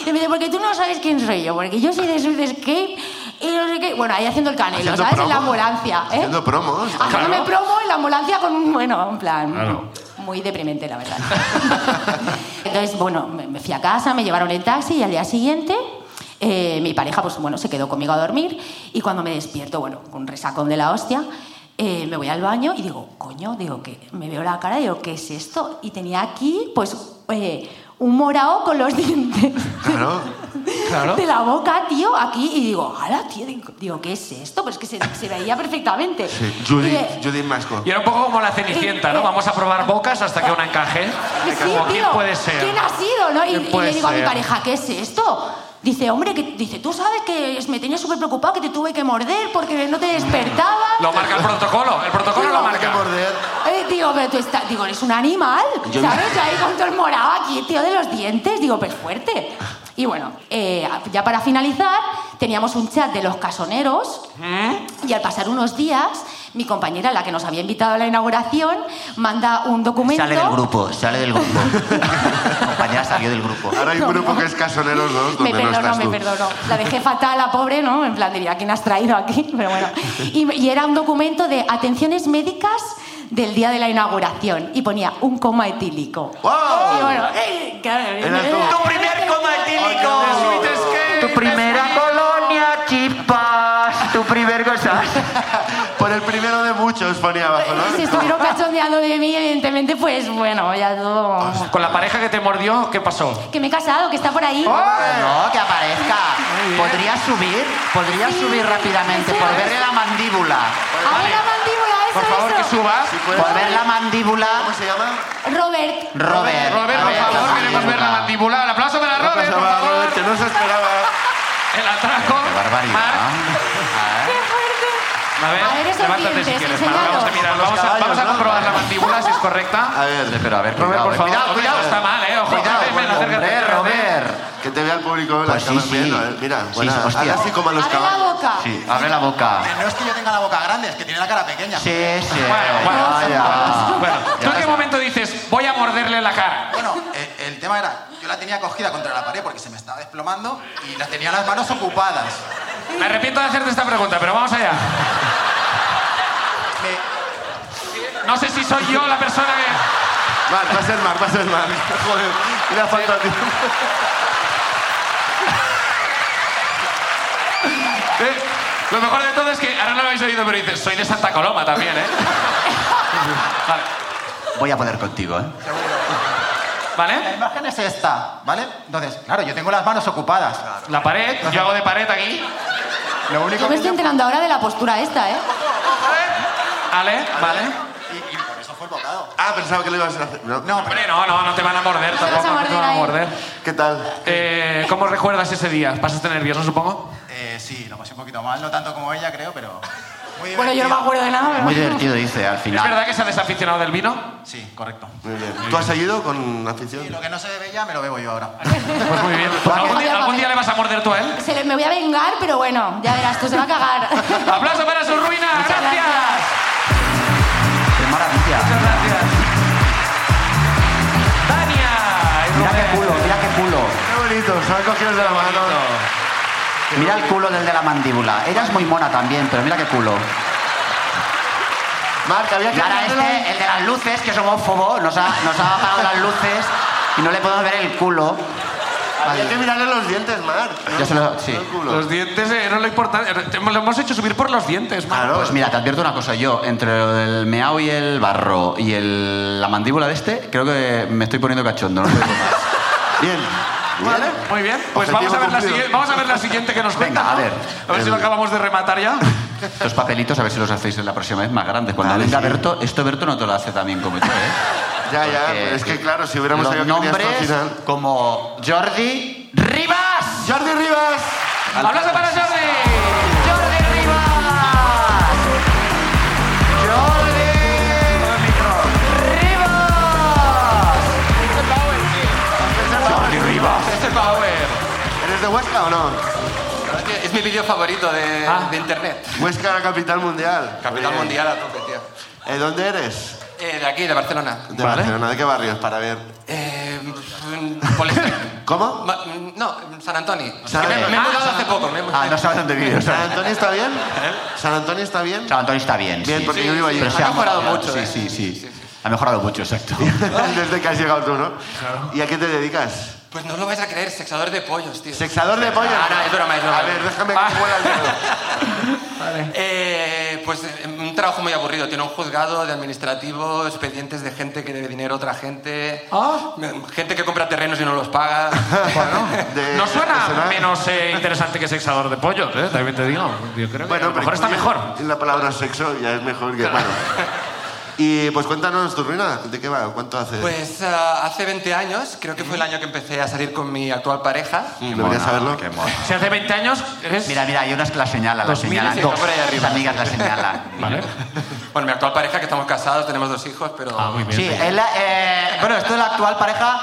Speaker 6: Y empecé, porque tú no sabes quién soy yo. Porque yo soy de soy de skate y no sé qué. Bueno, ahí haciendo el canelo,
Speaker 2: Haciendo
Speaker 6: ¿sabes? En la
Speaker 2: promo.
Speaker 6: ambulancia. ¿eh?
Speaker 2: Haciendo promos.
Speaker 6: Haciéndome promo en la ambulancia con un... Bueno, en plan...
Speaker 1: Claro.
Speaker 6: Muy deprimente, la verdad. Entonces, bueno, me me fui a casa, me llevaron en taxi y al día siguiente eh, mi pareja, pues bueno, se quedó conmigo a dormir y cuando me despierto, bueno, con un resacón de la hostia, eh, me voy al baño y digo, coño, digo que me veo la cara, digo, ¿qué es esto? Y tenía aquí, pues, eh, un morao con los dientes
Speaker 2: Claro.
Speaker 1: Claro.
Speaker 6: de la boca, tío, aquí. Y digo, ala, tío, digo, ¿qué es esto? Pues que se, se veía perfectamente.
Speaker 2: Sí,
Speaker 6: Y
Speaker 2: Judith,
Speaker 6: de-
Speaker 2: Judith Masco.
Speaker 1: Y era un poco como la cenicienta, ¿no? Vamos a probar bocas hasta que una encaje.
Speaker 6: Sí,
Speaker 1: Como, ¿Quién
Speaker 6: tío,
Speaker 1: puede ser?
Speaker 6: ¿Quién ha sido? ¿no? Y,
Speaker 1: ¿Quién
Speaker 6: y
Speaker 1: puede
Speaker 6: le digo a mi
Speaker 1: ser?
Speaker 6: pareja, ¿qué es esto? Dice, hombre, que, dice, tú sabes que me tenía súper preocupado, que te tuve que morder porque no te despertaba.
Speaker 1: Lo marca el protocolo. El protocolo
Speaker 6: Digo,
Speaker 1: lo
Speaker 2: Hay que
Speaker 1: marca.
Speaker 2: morder.
Speaker 6: Eh, digo, pero tú estás, digo, eres un animal,
Speaker 3: Yo-
Speaker 6: ¿sabes? Yo ahí con todo el morado aquí, tío, de los dientes, digo, pero es fuerte. Y bueno, eh, ya para finalizar, teníamos un chat de los casoneros
Speaker 1: ¿Eh?
Speaker 6: y al pasar unos días, mi compañera, la que nos había invitado a la inauguración, manda un documento.
Speaker 3: Sale del grupo, sale del grupo. Mi compañera salió del grupo.
Speaker 2: Ahora hay un
Speaker 6: No,
Speaker 2: grupo
Speaker 6: no.
Speaker 2: que es Casoneros 2, donde
Speaker 6: me
Speaker 2: no
Speaker 6: perdono,
Speaker 2: estás
Speaker 6: me
Speaker 2: tú.
Speaker 6: perdono. La dejé fatal, la pobre, ¿no? En plan, diría, ¿quién has traído aquí? Pero bueno. Y, y era un documento de atenciones médicas del día de la inauguración y ponía un coma etílico.
Speaker 2: ¡Wow!
Speaker 6: Y bueno, eh, claro,
Speaker 2: Era tu-
Speaker 6: era-
Speaker 2: tu
Speaker 4: primer coma etílico.
Speaker 6: eh,
Speaker 3: Tu primera colonia, chipas. Tu primer cosa.
Speaker 2: Por el primero de muchos ponía abajo, ¿no?
Speaker 6: Si estuvieron cachondeando de mí, evidentemente, pues bueno, ya todo.
Speaker 1: Con la pareja que te mordió, ¿qué pasó?
Speaker 6: Que me he casado, que está por ahí.
Speaker 3: No, que aparezca. Podría subir, podría
Speaker 6: Sí,
Speaker 3: subir rápidamente
Speaker 6: sí.
Speaker 3: por verle la mandíbula.
Speaker 6: A ver la mandíbula, eso,
Speaker 1: Por favor,
Speaker 6: eso.
Speaker 1: que subas.
Speaker 2: Si puedes-
Speaker 3: Por ver la mandíbula,
Speaker 2: ¿Cómo se llama?
Speaker 6: Robert,
Speaker 1: Robert,
Speaker 3: Robert. A
Speaker 1: por
Speaker 3: ver la
Speaker 1: favor, queremos ver la
Speaker 3: mandíbula.
Speaker 1: mandíbula. El aplauso para
Speaker 2: No
Speaker 1: Robert, por
Speaker 2: pasaba,
Speaker 1: favor.
Speaker 2: Robert, que no se esperaba.
Speaker 1: El atraco.
Speaker 3: Qué barbaridad.
Speaker 1: Marc,
Speaker 6: qué fuerte.
Speaker 1: A ver,
Speaker 6: A ver esos
Speaker 1: levántate si
Speaker 6: dientes,
Speaker 1: quieres. Marc,
Speaker 6: enséñalos.
Speaker 1: vamos a mirar,
Speaker 2: Como los
Speaker 1: vamos a,
Speaker 2: caballos,
Speaker 1: vamos a
Speaker 2: ¿no?
Speaker 1: comprobar la mandíbula si es correcta.
Speaker 2: A ver,
Speaker 3: Pero a ver,
Speaker 1: Robert,
Speaker 3: cuidado,
Speaker 1: por
Speaker 3: eh.
Speaker 1: favor,
Speaker 2: cuidado, cuidado.
Speaker 1: está mal, eh. Ojo,
Speaker 2: Cuidado,
Speaker 1: ven, ven,
Speaker 2: bueno,
Speaker 1: acércate,
Speaker 3: Hombre,
Speaker 1: acércate.
Speaker 3: Robert.
Speaker 2: que te vea el público, la
Speaker 3: Pues sí,
Speaker 2: estamos
Speaker 3: sí.
Speaker 2: viendo, ¿eh? Mira,
Speaker 3: Sí,
Speaker 2: buena,
Speaker 3: hostia.
Speaker 2: ahora sí como a los
Speaker 6: Abre la
Speaker 2: caballos.
Speaker 6: boca.
Speaker 3: Sí, abre la boca.
Speaker 8: Eh, No es que yo tenga la boca grande, es que tiene la cara pequeña.
Speaker 3: Sí, sí.
Speaker 1: Bueno, bueno,
Speaker 3: Vaya.
Speaker 1: Bueno, ¿tú en qué momento dices, voy a morderle la cara?
Speaker 8: Bueno, eh, el tema era, yo la tenía cogida contra la pared porque se me estaba desplomando y la tenía las manos ocupadas.
Speaker 1: Me arrepiento de hacerte esta pregunta, pero vamos allá.
Speaker 8: Me-
Speaker 1: No sé si soy yo la persona que...
Speaker 2: Marc, va a ser Marc, va a ser Marc. Joder, mira, falta tiempo.
Speaker 1: Eh, Lo mejor de todo es que ahora no lo habéis oído, pero dices, soy de Santa Coloma también, ¿eh? Vale.
Speaker 3: Voy a poder contigo, ¿eh?
Speaker 8: la
Speaker 1: ¿Vale?
Speaker 8: imagen es esta, ¿vale? Entonces, claro, yo tengo las manos ocupadas.
Speaker 1: La pared, yo hago de pared aquí.
Speaker 8: Lo único
Speaker 6: Yo me
Speaker 8: que
Speaker 6: estoy enterando ahora de la postura esta, ¿eh?
Speaker 1: ¿Vale? ¿Vale?
Speaker 8: Y, y por eso fue el bocado.
Speaker 2: Ah, pensaba que lo ibas a hacer. No.
Speaker 8: No,
Speaker 1: Hombre, no, no, no te van a morder
Speaker 6: No te vas a
Speaker 1: tampoco. no te
Speaker 6: morder
Speaker 1: van a
Speaker 6: ahí.
Speaker 1: morder.
Speaker 2: ¿Qué tal?
Speaker 1: Eh, ¿Cómo recuerdas ese día? ¿Pasaste nervioso, supongo?
Speaker 8: eh, sí, lo pasé un poquito mal, no tanto como ella, creo, pero... Muy
Speaker 6: Bueno, yo no me
Speaker 8: divertido.
Speaker 6: acuerdo de nada, pero-
Speaker 3: Muy divertido, dice, al
Speaker 1: ¿Es
Speaker 3: final.
Speaker 1: verdad que se ha desaficionado del vino?
Speaker 8: Sí, correcto.
Speaker 2: Muy bien. ¿Tú has seguido con
Speaker 8: Y
Speaker 2: afición?
Speaker 8: lo que no se bebe ya me lo bebo yo ahora.
Speaker 1: Pues muy bien. ¿Algún día, algún día le vas a morder tú a él?
Speaker 6: Se le- me voy a vengar, pero bueno, ya verás, tú se va a cagar.
Speaker 1: ¡Aplauso para su ruina!
Speaker 6: Muchas
Speaker 1: ¡Gracias!
Speaker 6: gracias.
Speaker 3: Qué maravilla.
Speaker 1: Muchas gracias. ¡Tania! y
Speaker 3: Mira
Speaker 1: Rubén.
Speaker 3: qué culo, mira qué culo.
Speaker 2: Qué bonito, se han cogido de la mano.
Speaker 3: Mira el culo del de la mandíbula. Ella es muy mona también, pero mira qué culo.
Speaker 2: Marc, había
Speaker 3: Y
Speaker 2: que
Speaker 3: ahora
Speaker 2: hacértelo.
Speaker 3: este, el de las luces, que es homófobo, nos ha, nos ha apagado las luces y no le podemos ver el culo.
Speaker 2: Había que mirarle los dientes, Marc.
Speaker 3: Ya se lo- sí.
Speaker 2: No el culo.
Speaker 1: Los dientes eh, no es lo importante. Te- Lo hemos hecho subir por los dientes, man.
Speaker 2: Claro.
Speaker 3: Pues mira, te advierto una cosa, yo entre lo del meao y el barro y el- la mandíbula de este, creo que me estoy poniendo cachondo. No lo digo más.
Speaker 2: Bien.
Speaker 3: Vale.
Speaker 1: Muy bien, pues
Speaker 2: Objetivo
Speaker 1: vamos a, ver la
Speaker 2: cumplido.
Speaker 1: siguiente, vamos a ver la siguiente que nos cuenta.
Speaker 3: Venga, a
Speaker 1: ¿no?
Speaker 3: ver.
Speaker 1: A ver si lo acabamos de rematar ya.
Speaker 3: Estos papelitos, a ver si los hacéis la próxima vez más grandes. Cuando
Speaker 2: Vale,
Speaker 3: venga
Speaker 2: sí.
Speaker 3: Berto, esto Berto no te lo hace también como yo, ¿eh?
Speaker 2: Ya, ya.
Speaker 3: Porque
Speaker 2: es que claro, si hubiéramos
Speaker 3: los
Speaker 2: sabido que tenías
Speaker 3: nombres
Speaker 2: tú al final.
Speaker 3: como Jordi Rivas.
Speaker 2: Jordi Rivas.
Speaker 1: ¡Aplauso para Jordi!
Speaker 3: Jordi Rivas. Jordi Rivas.
Speaker 2: Jordi Rivas.
Speaker 1: Este Power.
Speaker 2: ¿Eres de Huesca o no?
Speaker 9: Es mi vídeo favorito de,
Speaker 1: Ah.
Speaker 9: de internet.
Speaker 2: Huesca, la capital mundial.
Speaker 9: Capital
Speaker 2: Muy bien.
Speaker 9: Mundial a tope, tío.
Speaker 2: Eh, ¿Dónde eres?
Speaker 9: Eh, de aquí, de Barcelona.
Speaker 2: De Barcelona. ¿De qué barrios? Para ver.
Speaker 9: Eh, mm, Polestar.
Speaker 2: ¿Cómo?
Speaker 9: Ma- mm, no, San Antoni. Es
Speaker 2: San
Speaker 9: que me,
Speaker 2: Antoni.
Speaker 9: me he mudado hace poco. Me he mudado.
Speaker 3: Ah, no sabes dónde vive. o sea.
Speaker 2: ¿San Antonio está bien? ¿San Antonio está bien?
Speaker 3: San Antonio está bien.
Speaker 2: Bien,
Speaker 3: sí,
Speaker 2: porque
Speaker 3: sí.
Speaker 2: yo vivo allí.
Speaker 3: Pero
Speaker 9: Ha
Speaker 3: se
Speaker 9: mejorado mucho,
Speaker 3: Sí,
Speaker 9: ¿eh?
Speaker 3: sí, sí. Ha mejorado mucho, exacto.
Speaker 2: Desde que has llegado tú, ¿no? ¿Y a qué te dedicas?
Speaker 9: Pues no lo vais a creer, sexador de pollos, tío.
Speaker 2: ¿Sexador de pollo?
Speaker 9: Ah, no, es broma, es broma.
Speaker 2: A ver, déjame que huela el dedo.
Speaker 9: Eh, pues eh, un trabajo muy aburrido. Tiene un juzgado de administrativo, expedientes de gente que debe dinero a otra gente.
Speaker 1: Ah.
Speaker 9: Gente que compra terrenos y no los paga.
Speaker 2: De-
Speaker 1: No
Speaker 2: de
Speaker 1: suena
Speaker 2: cenar.
Speaker 1: menos eh, interesante que sexador de pollos, ¿eh? También te digo. Yo creo que a lo mejor está
Speaker 2: incluye
Speaker 1: mejor.
Speaker 2: La palabra sexo ya es mejor que. Bueno. Y pues cuéntanos tu ruina. ¿De qué va? ¿Cuánto hace?
Speaker 9: Pues ah, hace 20 años, creo que fue el año que empecé a salir con mi actual pareja.
Speaker 2: Debería saberlo.
Speaker 3: Qué mona.
Speaker 1: Si hace 20 años eres...
Speaker 3: Mira, mira, hay unas que la señalan, la
Speaker 1: 2000,
Speaker 3: señalan.
Speaker 1: sí,
Speaker 3: Dos.
Speaker 9: está por ahí arriba.
Speaker 3: Las amigas la señalan.
Speaker 1: Vale.
Speaker 9: Bueno, mi actual pareja, que estamos casados, tenemos dos hijos, pero...
Speaker 1: Ah, muy bien.
Speaker 3: Sí, es la- eh, bueno, esto de la actual pareja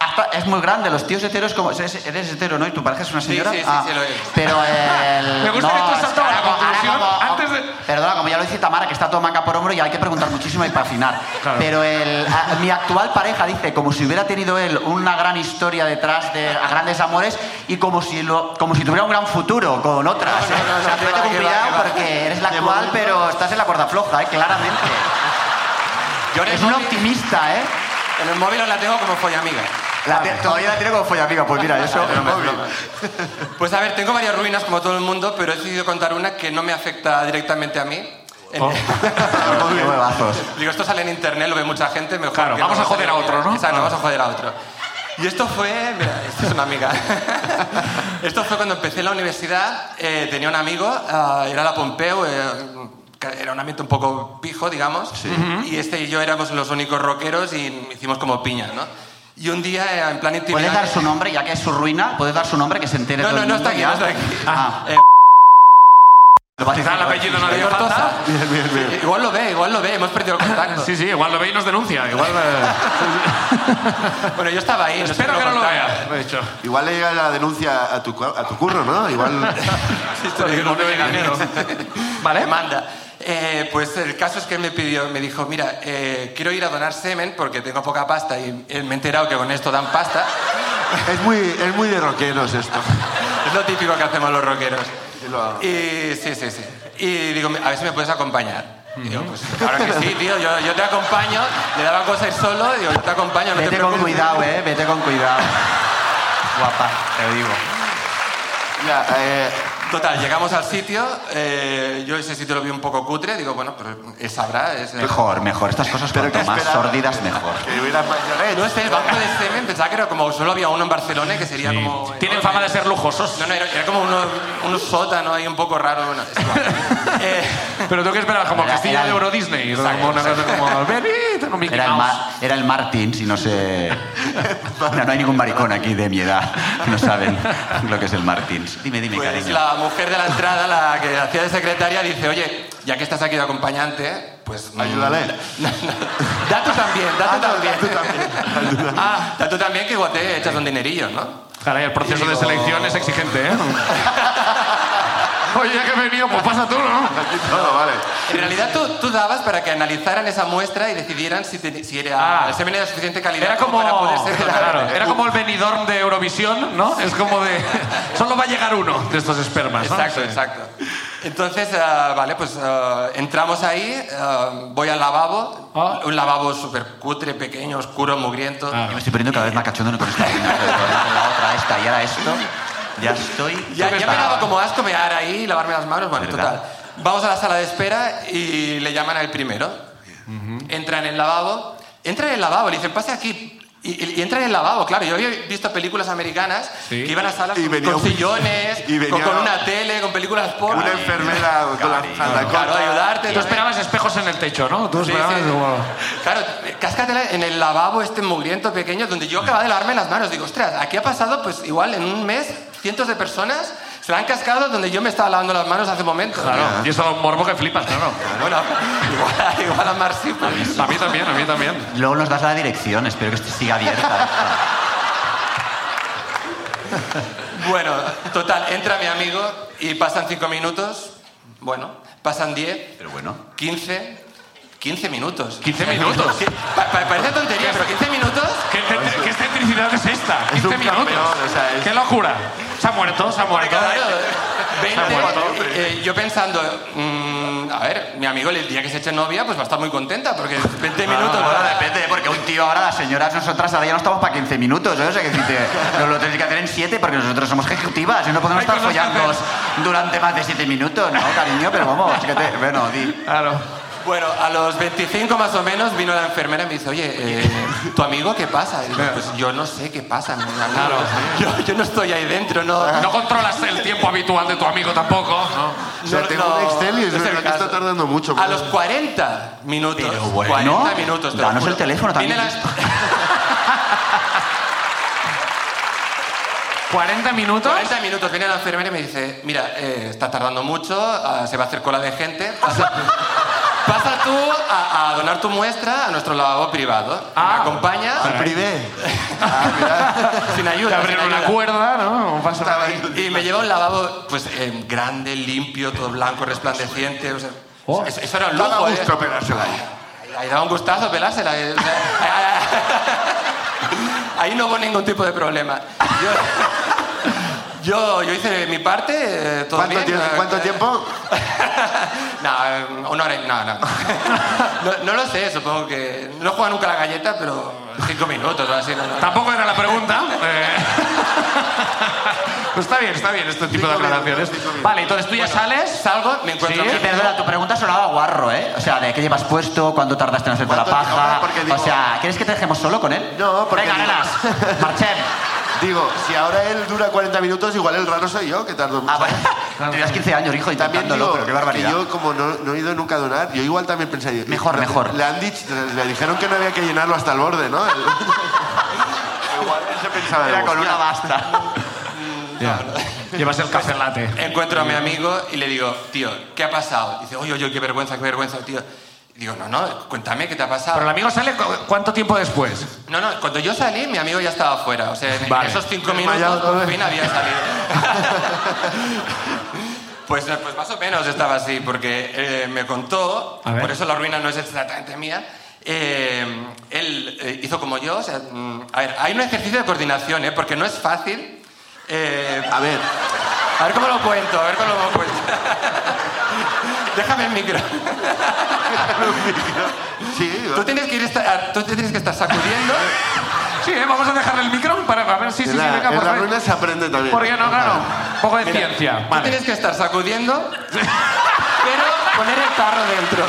Speaker 3: hasta- es muy grande. Los tíos heteros, como eres eres hetero, ¿no? Y tu pareja es una señora. Ah,
Speaker 9: sí, sí, sí, lo es.
Speaker 3: Pero el.
Speaker 1: Me gusta que tú has
Speaker 3: es
Speaker 1: saltado a la
Speaker 3: ahora como- ahora
Speaker 1: conclusión
Speaker 3: como- oh,
Speaker 1: antes de-
Speaker 3: Perdona, como ya lo dice Tamara, que está todo maca por hombro y hay que preguntar muchísimo y para afinar.
Speaker 1: Claro.
Speaker 3: Pero el, a- mi actual pareja dice, como si hubiera tenido él una gran historia detrás de a grandes amores y como si, lo, como si tuviera un gran futuro con otras. ¿eh?
Speaker 2: no, no,
Speaker 3: o sea,
Speaker 2: que
Speaker 3: tú
Speaker 2: va,
Speaker 3: vete con
Speaker 2: que va,
Speaker 3: cuidado
Speaker 2: que va.
Speaker 3: porque eres la
Speaker 2: De
Speaker 3: actual,
Speaker 2: momento-
Speaker 3: pero estás en la cuerda floja, ¿eh? claramente.
Speaker 9: Yo en el
Speaker 3: Es un
Speaker 9: móvil-
Speaker 3: optimista, ¿eh?
Speaker 9: En el móvil os la tengo como follamiga.
Speaker 3: La tie- todavía la tiene como follamiga, pues mira, eso...
Speaker 9: Pues a ver, tengo varias ruinas como todo el mundo, pero he decidido contar una que no me afecta directamente a mí. En-
Speaker 1: Oh.
Speaker 3: Qué huevazos.
Speaker 9: Digo, esto sale en internet, lo ve mucha gente, mejor.
Speaker 1: Claro,
Speaker 9: que
Speaker 1: vamos
Speaker 9: no
Speaker 1: a joder
Speaker 9: sale
Speaker 1: a otro,
Speaker 9: bien.
Speaker 1: ¿no? Ah.
Speaker 9: Exacto, vamos a joder a otro. Y esto fue, mira, esto es una amiga. esto fue cuando empecé en la universidad, eh, tenía un amigo, ah, era la Pompeu, eh, que era un ambiente un poco pijo, digamos, y este y yo éramos los únicos rockeros y hicimos como piña, ¿no? Y un día, eh, en plan intimidad...
Speaker 3: ¿Puedes dar su nombre, ya que es su ruina? ¿Puedes dar su nombre que se entere
Speaker 9: No,
Speaker 3: todo
Speaker 9: no,
Speaker 3: el
Speaker 9: no
Speaker 3: mundo
Speaker 9: está aquí,
Speaker 3: ya?
Speaker 9: no está aquí.
Speaker 3: Ah.
Speaker 9: Eh,
Speaker 1: Quizás el apellido no haría falta.
Speaker 9: Tortosa.
Speaker 2: Bien, bien, bien.
Speaker 9: Igual lo ve, igual lo ve, hemos perdido el contacto.
Speaker 1: Sí, sí, igual lo ve y nos denuncia. Igual, eh,
Speaker 9: Bueno, yo estaba ahí. sé
Speaker 1: espero
Speaker 9: si
Speaker 1: que no lo
Speaker 9: contaron.
Speaker 1: vea. De hecho,
Speaker 2: Igual le llega la denuncia a tu, cu- a tu curro, ¿no? Igual...
Speaker 1: porque no te venga dinero. ¿Vale?
Speaker 9: Demanda. Eh, pues el caso es que él me pidió, me dijo, mira, eh, quiero ir a donar semen porque tengo poca pasta y eh, me he enterado que con esto dan pasta.
Speaker 2: Es muy, es muy de rockeros esto.
Speaker 9: Es lo típico que hacemos los rockeros.
Speaker 2: Yo lo hago.
Speaker 9: Y sí, sí, sí. Y digo, a ver si me puedes acompañar. Y Digo, pues claro que sí, tío, yo, yo te acompaño. Le daba cosa ir solo, digo, yo te acompaño, no te
Speaker 3: Vete con
Speaker 9: preocupes.
Speaker 3: cuidado, eh, vete con cuidado. Guapa, te lo digo.
Speaker 2: Ya, eh,
Speaker 9: Total, llegamos al sitio, eh, yo ese sitio lo vi un poco cutre, digo, bueno, pero él sabrá. Es,
Speaker 3: Mejor, mejor. Estas cosas
Speaker 2: Pero
Speaker 3: cuanto
Speaker 2: ¿qué
Speaker 3: más
Speaker 2: esperaba?
Speaker 3: sordidas, mejor.
Speaker 2: que hubiera ¿eh? mayoret.
Speaker 9: No sé, el banco de semen, pensaba que era como, solo había uno en Barcelona, que sería como...
Speaker 1: Tienen
Speaker 9: enorme.
Speaker 1: fama de ser lujosos.
Speaker 9: No, no, era, era como uno- un sótano ahí un poco raro. bueno, es igual. Eh,
Speaker 1: Pero tengo que esperar como
Speaker 3: Era-
Speaker 1: Castillo
Speaker 3: era
Speaker 1: de
Speaker 3: el-
Speaker 1: Euro Disney. o sea,
Speaker 9: Exacto,
Speaker 1: Como una cosa como, "Ven, eh, tengo Mickey
Speaker 3: Era el,
Speaker 1: Mouse".
Speaker 3: Mar- era el Martins y no sé... No, no hay ningún maricón aquí de mi edad. No saben lo que es el Martins. Dime, dime,
Speaker 9: pues
Speaker 3: cariño.
Speaker 9: la mujer de la entrada, la que hacía de secretaria, dice, oye, ya que estás aquí de acompañante, pues... mm,
Speaker 2: Ayúdale.
Speaker 9: Da tú también, da
Speaker 2: Ah,
Speaker 9: tú
Speaker 2: no,
Speaker 9: también.
Speaker 2: da tú también.
Speaker 9: Ah, da tú también que igual te echas un dinerillo, ¿no?
Speaker 1: Caray, el proceso de selección es exigente, ¿eh? Oye, ya que he venido, pues pasa tú, ¿no?
Speaker 2: Aquí todo, vale.
Speaker 9: En realidad tú, tú dabas para que analizaran esa muestra y decidieran si, te- si era,
Speaker 1: Ah.
Speaker 9: el semen era de suficiente calidad
Speaker 1: Era como,
Speaker 9: para poder ser
Speaker 1: claro,
Speaker 9: donante.
Speaker 1: era como el Benidorm de Eurovisión, ¿no? Es como de... Solo va a llegar uno de estos espermas, ¿no?
Speaker 9: Exacto,
Speaker 1: Sí.
Speaker 9: exacto. Entonces, ah, vale, pues ah, entramos ahí, ah, voy al lavabo,
Speaker 1: Ah.
Speaker 9: un lavabo súper cutre, pequeño, oscuro, mugriento.
Speaker 3: Yo me estoy poniendo cada vez más cachondo con esta ruina. Con la otra, esta y ahora esto. Ya estoy...
Speaker 9: Ya, ya me daba como asco mear ahí, lavarme las manos, bueno,
Speaker 3: ¿Verdad?
Speaker 9: total. Vamos a la sala de espera y le llaman al primero. Entra en el lavabo, entra en el lavabo, le dicen, pase aquí. Y, y- y entra en el lavabo, claro. Yo había visto películas americanas
Speaker 1: Sí.
Speaker 9: que iban a salas
Speaker 2: Y
Speaker 9: con-
Speaker 2: venía
Speaker 9: con
Speaker 2: un-
Speaker 9: sillones,
Speaker 2: y venía-
Speaker 9: con, con una tele, con películas porno.
Speaker 2: Una enfermera con la
Speaker 9: Claro, ayudarte.
Speaker 1: Tú
Speaker 9: también.
Speaker 1: esperabas espejos en el techo, ¿no? Tú
Speaker 9: Sí,
Speaker 1: esperabas
Speaker 9: sí.
Speaker 1: como-
Speaker 9: Claro, cáscatela en el lavabo este mugriento pequeño donde yo acababa de lavarme las manos. Digo, ostras, aquí ha pasado pues igual en un mes cientos de personas se la han cascado donde yo me estaba lavando las manos hace un momento.
Speaker 1: Claro, y eso da un morbo que flipas, claro.
Speaker 9: Bueno, igual, igual a Mar sí, pues.
Speaker 1: A mí también, a mí también.
Speaker 3: Luego nos das la dirección. Espero que esto siga abierta.
Speaker 9: Bueno, total, entra mi amigo y pasan cinco minutos, bueno, pasan diez,
Speaker 3: Pero bueno.
Speaker 9: 15, 15 minutos.
Speaker 1: 15 minutos.
Speaker 9: Sí, pa- pa- parece tontería, pero 15 minutos...
Speaker 1: ¿Qué, ce- qué excentricidad es esta? 15
Speaker 2: un
Speaker 1: minutos.
Speaker 2: campeón, o sea, es-
Speaker 1: ¡Qué locura! Se ha muerto, se ha muerto.
Speaker 9: Claro, 20,
Speaker 1: Se ha muerto,
Speaker 9: eh, yo pensando, mm, a ver, mi amigo el día que se eche novia, pues va a estar muy contenta, porque 20 minutos...
Speaker 3: Bueno, depende, porque un tío ahora, las señoras, nosotras ahora ya no estamos para 15 minutos, ¿eh? O sea, que decirte, nos lo tenéis que hacer en 7 porque nosotros somos ejecutivas y no podemos
Speaker 1: Ay,
Speaker 3: estar
Speaker 1: con los
Speaker 3: follando
Speaker 1: cafés.
Speaker 3: durante más de 7 minutos, ¿no, cariño? Pero vamos, que te... Bueno, di.
Speaker 1: Claro.
Speaker 9: Bueno, a los 25 más o menos vino la enfermera y me dice, oye, eh, ¿tu amigo qué pasa? Y digo, pues yo no sé qué pasa, mi amigo.
Speaker 1: Claro.
Speaker 9: Yo, yo no estoy ahí dentro, no...
Speaker 2: Ah,
Speaker 1: No controlas el tiempo habitual de tu amigo tampoco, ¿no?
Speaker 2: O sea,
Speaker 9: no-
Speaker 2: tengo
Speaker 9: no-
Speaker 2: un Excel y es
Speaker 9: no el
Speaker 2: verdad que está
Speaker 9: caso.
Speaker 2: tardando mucho.
Speaker 9: A los 40 minutos.
Speaker 3: Pero bueno,
Speaker 9: 40 minutos. te lo
Speaker 3: danos
Speaker 9: juro.
Speaker 3: el teléfono
Speaker 9: Viene
Speaker 3: también.
Speaker 9: la-
Speaker 1: 40 minutos.
Speaker 9: 40 minutos viene la enfermera y me dice, mira, eh, está tardando mucho, ah, se va a hacer cola de gente. Pasa, pasa tú a, a donar tu muestra a nuestro lavabo privado.
Speaker 1: Ah.
Speaker 9: me acompañas
Speaker 2: Al privé.
Speaker 9: sin
Speaker 1: Te
Speaker 9: ayuda. sin
Speaker 1: abren una
Speaker 9: ayuda.
Speaker 1: cuerda, ¿no? Un paso.
Speaker 2: Estaba ahí.
Speaker 9: Y me lleva a un lavabo pues eh, grande, limpio, todo blanco, resplandeciente. o sea,
Speaker 1: Oh.
Speaker 9: eso, eso era un
Speaker 2: Daba
Speaker 9: lujo. eh.
Speaker 2: gusto pegársela ahí.
Speaker 9: Ahí daba un gustazo pelársela. eh, o sea, Ahí no hubo ningún tipo de problema. Yo, yo, yo hice mi parte, eh, todo
Speaker 2: ¿Cuánto,
Speaker 9: bien.
Speaker 2: tiempo,
Speaker 9: eh,
Speaker 2: ¿Cuánto tiempo?
Speaker 9: No, eh, una hora y... No, no. no, no lo sé, supongo que... No he jugado nunca a la galleta, pero... Cinco minutos o así. no, no.
Speaker 1: Tampoco era la pregunta. eh. Pues está bien, está bien este tipo de
Speaker 2: Cinco minutos,
Speaker 1: aclaraciones.
Speaker 2: cinco minutos.
Speaker 1: Vale, entonces tú ya sales.
Speaker 9: Salgo, me encuentro
Speaker 1: Sí,
Speaker 9: a mi
Speaker 3: Sí,
Speaker 9: amigo.
Speaker 3: perdona, tu pregunta sonaba guarro, ¿eh? O sea, ¿de qué llevas puesto? ¿Cuánto tardaste en hacerte la
Speaker 2: ¿Cuánto llevas?
Speaker 3: paja?
Speaker 2: Porque digo-
Speaker 3: O sea, ¿quieres que te dejemos solo con él?
Speaker 2: No, porque
Speaker 3: Venga,
Speaker 2: digo-
Speaker 3: nenas, marchem.
Speaker 2: Digo, si ahora él dura 40 minutos, igual el raro soy yo, que tardo mucho.
Speaker 3: Ah, bueno. Tenías 15 años, hijo,
Speaker 2: También
Speaker 3: intentándolo,
Speaker 2: digo
Speaker 3: pero qué barbaridad.
Speaker 2: que yo, como no, no he ido nunca a donar, yo igual también pensé... eh,
Speaker 3: Mejor,
Speaker 2: le-
Speaker 3: mejor.
Speaker 2: Le, han dicho, le dijeron que no había que llenarlo hasta el borde, ¿no? igual él se pensaba...
Speaker 3: Era
Speaker 2: digo,
Speaker 3: con una
Speaker 2: "Hostia".
Speaker 3: basta.
Speaker 1: Ya. Llevas el café latte.
Speaker 9: Encuentro a mi amigo y le digo, tío, ¿qué ha pasado? Dice, oye, oye, qué vergüenza, qué vergüenza, tío. Digo, no, no, cuéntame qué te ha pasado.
Speaker 1: Pero el amigo sale cu- cuánto tiempo después.
Speaker 9: No, no, cuando yo salí, mi amigo ya estaba fuera. O sea, en
Speaker 1: Vale.
Speaker 9: esos cinco
Speaker 2: Desmayado,
Speaker 9: minutos por
Speaker 2: ¿no?
Speaker 9: fin había salido. pues, eh, pues más o menos estaba así, porque eh, me contó,
Speaker 1: A ver.
Speaker 9: por eso la ruina no es exactamente mía. eh, él eh, hizo como yo. o sea, mm, a ver, hay un ejercicio de coordinación, ¿eh? porque no es fácil. eh,
Speaker 2: A ver,
Speaker 9: a ver cómo lo cuento, a ver cómo lo cuento. Déjame el micro.
Speaker 2: sí,
Speaker 9: Tú tienes que, ir estar, tú te tienes que estar sacudiendo.
Speaker 1: Sí, ¿eh? vamos a dejarle el micro para a ver si sí, sí,
Speaker 2: en la,
Speaker 1: venga,
Speaker 2: en
Speaker 1: por
Speaker 2: la
Speaker 1: favor.
Speaker 2: ruina se aprende también.
Speaker 1: ¿Por qué no? Claro. Un poco de
Speaker 9: Mira,
Speaker 1: ciencia.
Speaker 9: tú
Speaker 1: Vale.
Speaker 9: tienes que estar sacudiendo, pero poner el tarro dentro.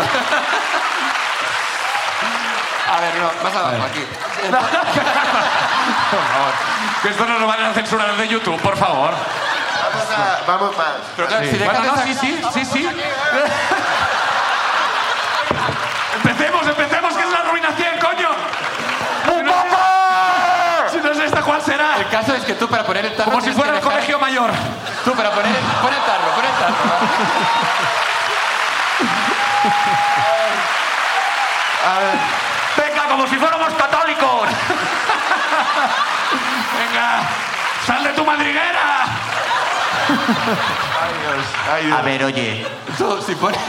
Speaker 9: A ver, no, más abajo, aquí.
Speaker 1: Por favor. Que esto no lo van a censurar de YouTube, por favor.
Speaker 2: Vamos a... Vamos más.
Speaker 9: Pero claro, si dejas
Speaker 1: Bueno,
Speaker 9: de
Speaker 1: no,
Speaker 9: sac-
Speaker 1: sí, sí, sí, sí. empecemos, empecemos, que es la ruinación, coño. Si no es- Si no es esta, ¿cuál será?
Speaker 9: El caso es que tú para poner el tarro...
Speaker 1: Como si
Speaker 9: tienes que
Speaker 1: fuera el
Speaker 9: dejar-
Speaker 1: colegio mayor.
Speaker 9: Tú para poner el, pon el tarro, pon el tarro. va.
Speaker 1: Venga, como si fuéramos católicos. Venga, sal de tu madriguera.
Speaker 2: Ay, Dios, ay, Dios.
Speaker 3: A ver, oye.
Speaker 9: Tú, si pones,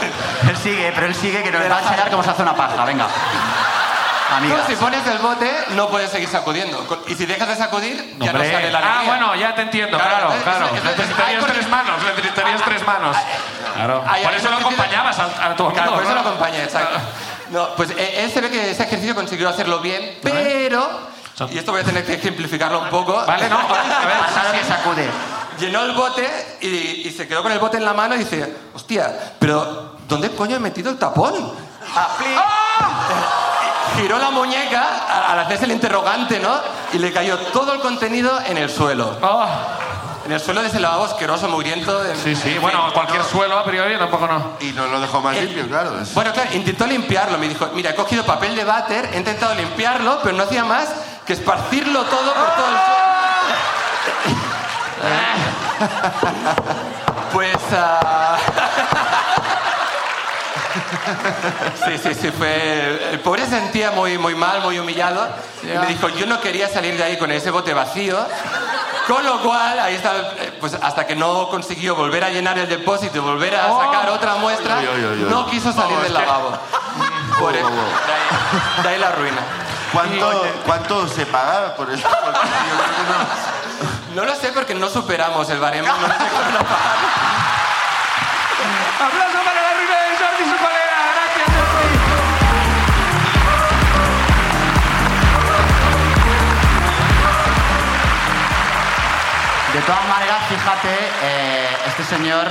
Speaker 3: Él sigue, pero él sigue que nos va a enseñar cómo se hace una paja, venga.
Speaker 9: tú,
Speaker 3: Amigas.
Speaker 9: si pones el bote, no puedes seguir sacudiendo. Con- Y si dejas de sacudir, ya no
Speaker 1: Hombre.
Speaker 9: sale la alegría.
Speaker 1: Ah, bueno, ya te entiendo, claro,
Speaker 9: Claro,
Speaker 1: claro.
Speaker 9: entonces, eso- eso-
Speaker 1: necesitarías
Speaker 9: hay Ah,
Speaker 1: tres manos, necesitarías tres manos. Claro.
Speaker 9: Hay-
Speaker 1: Por
Speaker 9: hay
Speaker 1: eso lo
Speaker 9: ejercicio-
Speaker 1: acompañabas a, a tu
Speaker 9: Claro,
Speaker 1: amigo,
Speaker 9: por eso lo
Speaker 1: ¿no?
Speaker 9: acompañé, exacto. No, pues eh, él se ve que ese ejercicio consiguió hacerlo bien, pero... Y esto voy a tener que ejemplificarlo un poco.
Speaker 1: Vale, no, a ver.
Speaker 3: Pasado que sacude.
Speaker 9: Llenó el bote y, y se quedó con el bote en la mano y dice, hostia, pero ¿dónde coño he metido el tapón? ¡Ah! Giró la muñeca a- al hacerse el interrogante, ¿no? Y le cayó todo el contenido en el suelo.
Speaker 1: Oh,
Speaker 9: En el suelo de ese lavabo asqueroso, mugriento. de-
Speaker 1: sí, sí, bueno, cualquier suelo a priori tampoco no.
Speaker 2: Y no lo dejó más
Speaker 9: El-
Speaker 2: limpio, claro. es-
Speaker 9: Bueno, claro, intentó limpiarlo. Me dijo, mira, he cogido papel de váter, he intentado limpiarlo, pero no hacía más que esparcirlo todo por todo el suelo. pues... ah, sí, sí, sí, fue... El pobre se sentía muy, muy mal, muy humillado. Y me dijo, yo no quería salir de ahí con ese bote vacío. Con lo cual, ahí está, eh, pues hasta que no consiguió volver a llenar el depósito y volver a sacar otra muestra,
Speaker 2: Oy, oy, oy, oy.
Speaker 9: no quiso salir
Speaker 2: No,
Speaker 9: del
Speaker 2: es que-
Speaker 9: lavabo. Por eso,
Speaker 2: Oh, oh,
Speaker 9: de ahí, de ahí la ruina.
Speaker 2: ¿Cuánto, ¿Cuánto se pagaba por eso? Porque yo creo que no.
Speaker 9: No lo sé porque no superamos el baremo. no lo sé cómo lo pagamos.
Speaker 1: ¡Aplauso para la ruina de Jordi y su colega! ¡Gracias, Jordi!
Speaker 3: De todas maneras, fíjate, eh, este señor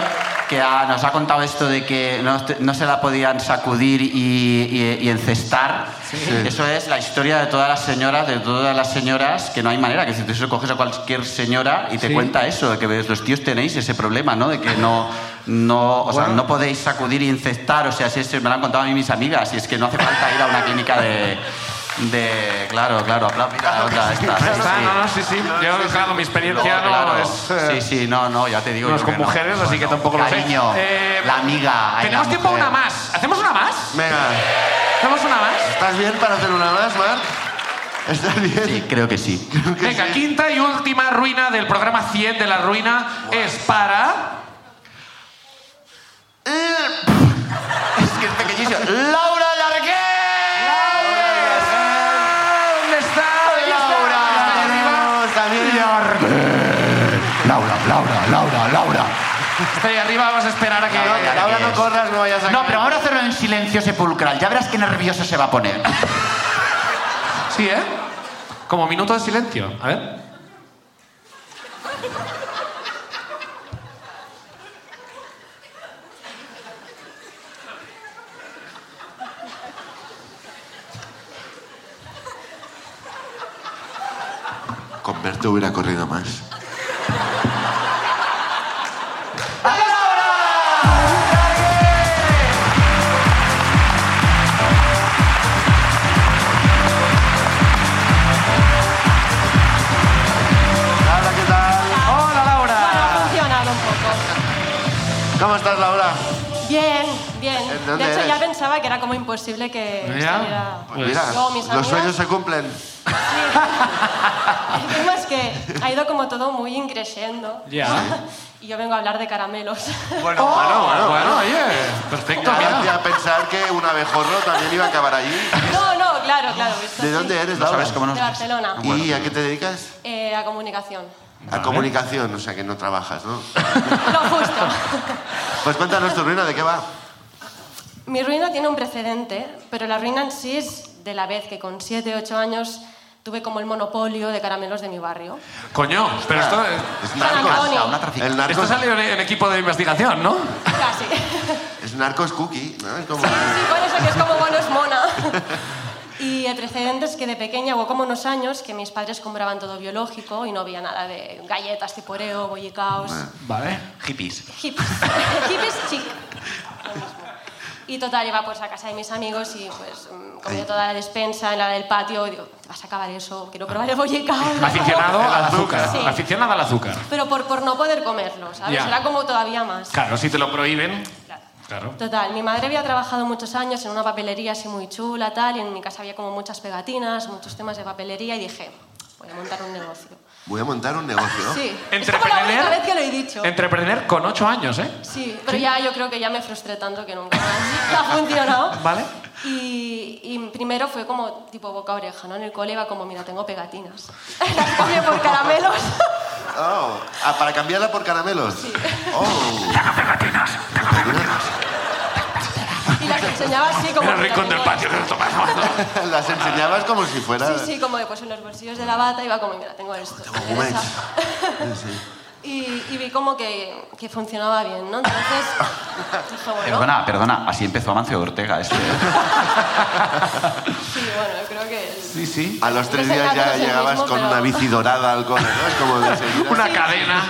Speaker 3: que ha- nos ha contado esto de que no, te- no se la podían sacudir y, y- y encestar, eso es la historia de todas las señoras, de todas las señoras, que no hay manera, que si tú eso coges a cualquier señora y te
Speaker 1: Sí.
Speaker 3: cuenta eso, de que ves, los tíos tenéis ese problema, ¿no? De que no, no, o sea, no podéis sacudir y encestar, o sea, si eso me lo han contado a mí mis amigas, y es que no hace falta ir a una clínica de... de- claro, claro, aplausos a otra, esta,
Speaker 1: Ya
Speaker 3: sí,
Speaker 1: está,
Speaker 3: sí.
Speaker 1: Ah, no, no, sí, sí. Yo, claro, mi experiencia
Speaker 3: No,
Speaker 1: no,
Speaker 3: claro.
Speaker 1: es... eh,
Speaker 3: Sí, sí, no, no, ya te digo.
Speaker 1: no
Speaker 3: yo
Speaker 1: es con
Speaker 3: que no.
Speaker 1: mujeres, así que tampoco lo sé.
Speaker 3: Cariño,
Speaker 1: Eh,
Speaker 3: la amiga. ay,
Speaker 1: Tenemos
Speaker 3: la
Speaker 1: tiempo a
Speaker 3: mujer.
Speaker 1: una más. ¿Hacemos una más?
Speaker 2: Venga,
Speaker 1: ¿Hacemos una más?
Speaker 2: ¿estás bien para hacer una más, Marc? ¿Estás bien?
Speaker 3: Sí, creo que sí.
Speaker 1: Venga, quinta y última ruina del programa 100 de la ruina es para...
Speaker 3: Es que es pequeñísimo. ¡Laura Largué!
Speaker 1: ¿Dónde está? Ahí está, ahí arriba.
Speaker 2: Laura,
Speaker 3: Laura, Laura, Laura, Laura.
Speaker 1: Está ahí arriba, vamos a esperar a que...
Speaker 3: Laura,
Speaker 2: Laura, no corras, no vayas a
Speaker 3: No,
Speaker 2: caer.
Speaker 3: pero vamos a hacerlo en silencio sepulcral. Ya verás qué nervioso se va a poner.
Speaker 1: Sí, ¿eh? Como minuto de silencio. A ver.
Speaker 2: Con Berto hubiera corrido más. Laura, ¿qué tal?
Speaker 1: ¡Hola, Laura!
Speaker 6: ha funcionado un poco.
Speaker 2: ¿Cómo estás, Laura?
Speaker 10: Bien, bien.
Speaker 2: ¿En
Speaker 10: De
Speaker 2: dónde
Speaker 10: hecho,
Speaker 2: eres?
Speaker 10: ya pensaba que era como imposible que
Speaker 1: ¿Ya?
Speaker 10: saliera.
Speaker 2: Pues mira,
Speaker 10: Yo, mis
Speaker 2: los
Speaker 10: amigas-
Speaker 2: sueños se cumplen.
Speaker 10: El tema es que ha ido como todo muy increciendo.
Speaker 1: Ya.
Speaker 10: Y yo vengo a hablar de caramelos.
Speaker 1: Bueno, bueno, Oh, bueno, oye. Perfecto,
Speaker 2: Ya
Speaker 1: mira.
Speaker 2: hacía pensar que un abejorro también iba a acabar allí.
Speaker 10: No, no, claro, claro. esto
Speaker 2: ¿De
Speaker 10: sí.
Speaker 2: dónde eres,
Speaker 3: No
Speaker 2: Laura?
Speaker 3: sabes cómo nos...
Speaker 10: De Barcelona.
Speaker 2: ¿Y a qué te dedicas?
Speaker 10: Eh, a comunicación.
Speaker 2: A comunicación, o sea que no trabajas, ¿no?
Speaker 10: Lo justo.
Speaker 2: Pues cuéntanos tu ruina, ¿de qué va?
Speaker 10: Mi ruina tiene un precedente, pero la ruina en sí es de la vez que con 7, 8 años tuve como el monopolio de caramelos de mi barrio.
Speaker 1: Coño, pero esto,
Speaker 2: Es
Speaker 10: San Antonio.
Speaker 2: narcos.
Speaker 3: Una traficante.
Speaker 2: El narcos,
Speaker 1: esto salió en, en equipo de investigación, ¿no?
Speaker 10: Casi.
Speaker 2: es narcos cookie, ¿no? Es como...
Speaker 10: Sí, con eso que es como bueno es mona. Y el precedente es que de pequeña hubo como unos años que mis padres compraban todo biológico y no había nada de galletas tipo Oreo, Boy Scouts,
Speaker 1: Vale.
Speaker 3: Hippies.
Speaker 10: hippies. hippies chic. Lo mismo. Y total, iba pues a casa de mis amigos y pues mm, comía toda la despensa en la del patio. Y digo, "Te vas a acabar eso, quiero probar el Boy Scout".
Speaker 1: Aficionado al azúcar.
Speaker 10: Sí.
Speaker 1: Aficionado al azúcar.
Speaker 10: Pero por, por no poder comerlo, ¿sabes?
Speaker 1: Ya.
Speaker 10: Era como todavía más.
Speaker 1: Claro, si te lo prohíben.
Speaker 10: Claro.
Speaker 1: Claro.
Speaker 10: Total, mi madre había trabajado muchos años en una papelería así muy chula, tal, y en mi casa había como muchas pegatinas, muchos temas de papelería, y dije, voy a montar un negocio.
Speaker 2: Voy a montar un negocio.
Speaker 10: Sí, es como la única vez
Speaker 1: Entreprender.
Speaker 10: que lo he dicho.
Speaker 1: Entreprender con ocho años, ¿eh?
Speaker 10: Sí, pero ya yo creo que ya me frustré tanto que nunca más ha funcionado.
Speaker 1: Vale.
Speaker 10: Y, y primero fue como tipo boca a oreja, ¿no? En el cole iba como, mira, tengo pegatinas. Las cambio por caramelos.
Speaker 2: Oh, ah, para cambiarla por caramelos. Oh.
Speaker 10: y las enseñaba así como...
Speaker 1: En el rincón del
Speaker 10: caramelos.
Speaker 1: patio, que lo tomas tomando.
Speaker 2: Las enseñabas como si fuera...
Speaker 10: Sí, sí, como de, pues en los bolsillos de la bata iba como, mira, tengo esto.
Speaker 2: Ah. Tengo
Speaker 10: tengo esa".
Speaker 2: gumets.
Speaker 10: Y, y vi como que, que funcionaba bien, ¿no? Entonces dije, bueno,
Speaker 3: Perdona, perdona. Así empezó Amancio Ortega. Este.
Speaker 10: sí, bueno, yo creo que... es-
Speaker 1: Sí, sí.
Speaker 2: A los tres días ya
Speaker 10: Exactamente lo
Speaker 2: llegabas
Speaker 10: mismo,
Speaker 2: con
Speaker 10: pero-
Speaker 2: una bici dorada al cole, ¿no? Es como de seguida.
Speaker 1: Una cadena,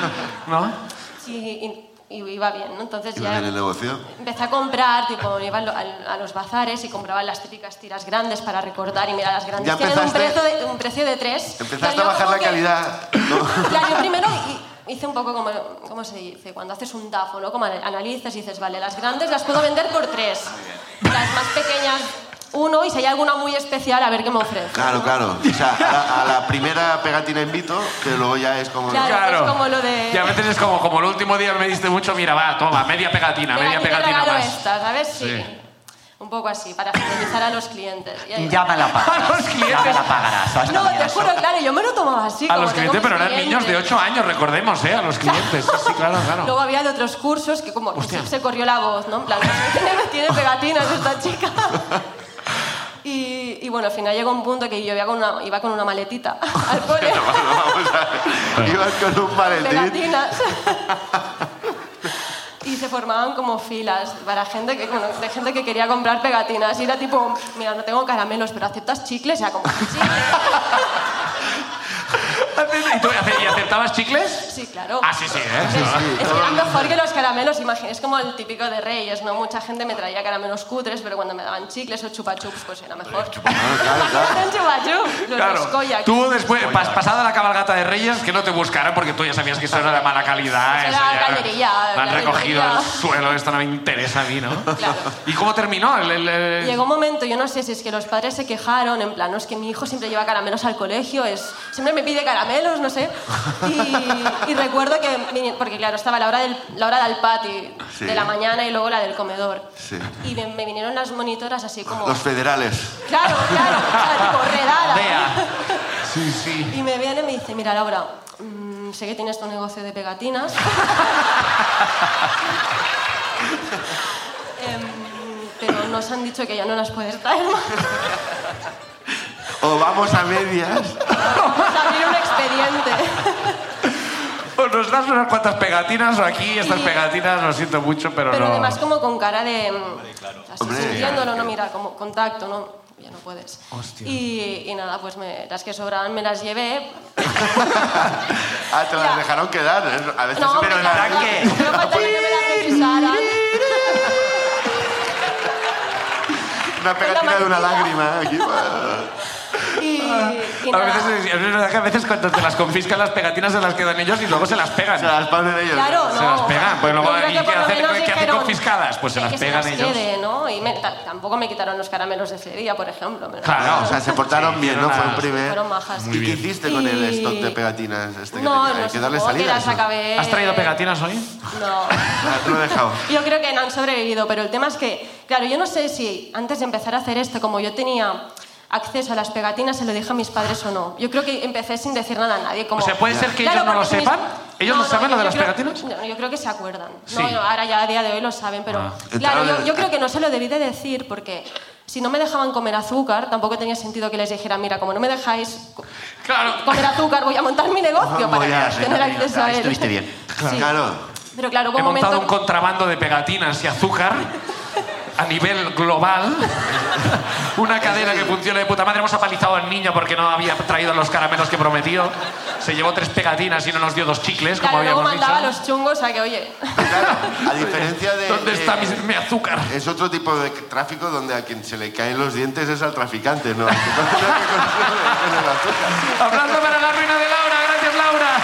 Speaker 1: ¿no?
Speaker 10: Sí, y, y iba bien, ¿no? Entonces
Speaker 2: Y en el
Speaker 10: ya
Speaker 2: negocio.
Speaker 10: empecé a comprar, tipo, iba a lo- al- a los bazares y compraba las típicas tiras grandes para recordar y mira, las grandes
Speaker 2: Ya
Speaker 10: tienen un
Speaker 2: empezaste-
Speaker 10: precio, de, un precio de tres.
Speaker 2: Empezaste a
Speaker 10: Pero yo
Speaker 2: bajar
Speaker 10: como
Speaker 2: la
Speaker 10: que-
Speaker 2: calidad.
Speaker 10: Claro, yo primero hi- hice un poco como, ¿cómo se dice? Cuando haces un DAFO, ¿no? Como anal- analizas y dices, vale, las grandes las puedo vender por tres. Las más pequeñas, uno, y si hay alguna muy especial, a ver qué me ofrece.
Speaker 2: Claro, claro. O sea, a la, a la primera pegatina invito, pero luego ya es como...
Speaker 10: Claro. es como lo de-
Speaker 1: Y a veces es como, como el último día me diste mucho, mira, va, toma, media pegatina, media
Speaker 10: Venga, aquí te
Speaker 1: pegatina
Speaker 10: regalo
Speaker 1: más.
Speaker 10: esta, ¿sabes? Sí.
Speaker 1: Sí.
Speaker 10: Un poco así, para fidelizar a los clientes. Y ahí-
Speaker 3: Ya me la
Speaker 1: A
Speaker 3: pagarás.
Speaker 1: los clientes.
Speaker 3: Ya me la pagarás. hasta
Speaker 10: No, te
Speaker 3: mañana.
Speaker 10: juro, claro, yo me lo tomaba así.
Speaker 1: A
Speaker 10: como
Speaker 1: los
Speaker 10: tengo
Speaker 1: clientes,
Speaker 10: mis
Speaker 1: pero eran niños de
Speaker 10: clientes.
Speaker 1: 8 años, recordemos, ¿eh? A los clientes. Sí, sí, claro, claro.
Speaker 10: Luego había de otros cursos que como que
Speaker 1: Hostia.
Speaker 10: se corrió la voz, ¿no? En plan, tiene, tiene pegatinas esta chica. Y, y bueno, al final llegó un punto que yo iba con una, iba con una maletita al cole.
Speaker 2: Ibas con un maletín.
Speaker 10: pegatinas. Y se formaban como filas para gente que, bueno, de gente que quería comprar pegatinas. Y era tipo, mira, no tengo caramelos, pero aceptas chicles, ya como chicles.
Speaker 1: ¿Y tú ace- y aceptabas chicles?
Speaker 10: Sí, claro.
Speaker 1: Ah, sí, sí, ¿eh?
Speaker 10: Es,
Speaker 1: Sí.
Speaker 10: es que era mejor que los caramelos, imagínate, es como el típico de Reyes, ¿no? Mucha gente me traía caramelos cutres, pero cuando me daban chicles o chupachups, pues era mejor.
Speaker 2: Eh, ah, claro, claro.
Speaker 10: Un chupachup, los
Speaker 1: Claro,
Speaker 10: Escoya,
Speaker 1: tú después, pas- pasada la cabalgata de Reyes, que no te buscaran porque tú ya sabías que eso era de mala calidad.
Speaker 10: Eso
Speaker 1: eso
Speaker 10: era
Speaker 1: ya-
Speaker 10: cañería,
Speaker 1: Me han
Speaker 10: la
Speaker 1: recogido
Speaker 10: cañería.
Speaker 1: el suelo, esto no me interesa a mí, ¿no?
Speaker 10: Claro.
Speaker 1: ¿Y cómo terminó? El- el- el-
Speaker 10: Llegó un momento, yo no sé si es que los padres se quejaron, en plan, no, es que mi hijo siempre lleva caramelos al colegio, es, siempre me pide caramelos, no sé. Y, y recuerdo que, vine- porque claro, estaba la hora del, la hora del pati,
Speaker 2: Sí.
Speaker 10: de la mañana y luego la del comedor.
Speaker 2: Sí.
Speaker 10: Y me, me vinieron las monitoras así como...
Speaker 2: Los federales.
Speaker 10: Claro, claro, claro, tipo, redada.
Speaker 1: Vea. Sí, sí.
Speaker 10: Y me viene y me dice, mira Laura, mm, sé que tienes tu negocio de pegatinas. Em, pero nos han dicho que ya no las puedes traer más.
Speaker 2: O vamos a medias.
Speaker 10: Vamos a abrir un expediente.
Speaker 1: O Pues nos das unas cuantas pegatinas o aquí estas pegatinas, lo siento mucho, pero,
Speaker 10: Pero
Speaker 1: no.
Speaker 10: además como con cara de... mm, Así
Speaker 1: Hombre,
Speaker 10: sintiéndolo,
Speaker 1: claro.
Speaker 10: no, mira, como contacto, no, ya no puedes.
Speaker 1: Hostia.
Speaker 10: Y, y nada, pues me- las que sobraban me las llevé.
Speaker 2: Ah, te las dejaron quedar. ¿eh? A veces
Speaker 10: No,
Speaker 2: pero
Speaker 10: hombre,
Speaker 2: la-
Speaker 10: claro, no faltaba que me las revisaran.
Speaker 2: una pegatina de una lágrima. Aquí, bueno.
Speaker 10: Y, y
Speaker 1: A
Speaker 10: nada.
Speaker 1: veces, es verdad que a veces cuando te las confiscan las pegatinas se las quedan ellos y luego se las pegan. Se las
Speaker 2: ponen ellos.
Speaker 10: Claro,
Speaker 1: se
Speaker 10: no.
Speaker 1: las pegan. Pues luego,
Speaker 10: Yo creo
Speaker 1: ¿y
Speaker 10: que
Speaker 1: qué
Speaker 10: por lo
Speaker 1: hacen,
Speaker 10: menos
Speaker 1: qué hacen
Speaker 10: dijeron
Speaker 1: confiscadas? Pues se las
Speaker 10: que
Speaker 1: pegan
Speaker 10: se las
Speaker 1: ellos.
Speaker 10: quede, ¿no? Y me- ta- tampoco me quitaron los caramelos de ese día, por ejemplo. me los
Speaker 2: Claro, o sea, se portaron
Speaker 1: Sí,
Speaker 2: bien, ¿no? Fue
Speaker 1: fueron
Speaker 2: un
Speaker 1: las-
Speaker 2: primer.
Speaker 10: Fueron majas.
Speaker 2: ¿Y qué hiciste con el
Speaker 10: Y-
Speaker 2: stock de pegatinas? Este que
Speaker 10: No,
Speaker 2: tenía?
Speaker 10: no,
Speaker 2: Hay que darle
Speaker 10: supongo que
Speaker 2: salida.
Speaker 10: las
Speaker 2: eso.
Speaker 10: acabé- ¿Has traído
Speaker 1: pegatinas hoy?
Speaker 10: No.
Speaker 2: Ah, Lo he dejado.
Speaker 10: Yo creo que no han sobrevivido, pero el tema es que, claro, yo no sé si antes de empezar a hacer esto, como yo tenía acceso a las pegatinas, se lo dije a mis padres o no. Yo creo que empecé sin decir nada a nadie. Como,
Speaker 1: O sea, ¿puede ser que ellos no lo
Speaker 10: porque
Speaker 1: sepan? ¿Ellos lo saben, lo de
Speaker 10: yo
Speaker 1: las
Speaker 10: creo-
Speaker 1: pegatinas?
Speaker 10: no, yo creo que se acuerdan.
Speaker 1: Sí.
Speaker 10: No, no, ahora ya a día de hoy lo saben, pero
Speaker 1: Ah.
Speaker 10: claro,
Speaker 1: Entraron
Speaker 10: yo,
Speaker 1: en-
Speaker 10: yo creo que no se lo debí de decir porque si no me dejaban comer azúcar, tampoco tenía sentido que les dijera, mira, como no me dejáis co-
Speaker 1: Claro.
Speaker 10: comer azúcar, voy a montar mi
Speaker 1: Voy
Speaker 10: negocio para
Speaker 1: a
Speaker 10: tener
Speaker 1: hacer- Ah,
Speaker 10: acceso a él.
Speaker 1: estuviste bien.
Speaker 10: Sí.
Speaker 2: Claro.
Speaker 10: Pero claro, hubo
Speaker 1: He
Speaker 10: un momento...
Speaker 1: montado un contrabando de pegatinas y azúcar a nivel global. Una cadena que funciona de puta madre. Hemos apalizado al niño porque no había traído los caramelos que prometió. Se llevó tres pegatinas y no nos dio dos chicles, como
Speaker 10: Claro, luego
Speaker 1: habíamos dicho.
Speaker 10: mandaba los chungos a que, oye,
Speaker 2: A diferencia de.
Speaker 1: ¿Dónde está mi, mi azúcar?
Speaker 2: Es otro tipo de tráfico donde a quien se le caen los dientes es al traficante, ¿no?
Speaker 1: Aplauso para la ruina de Laura. Gracias, Laura.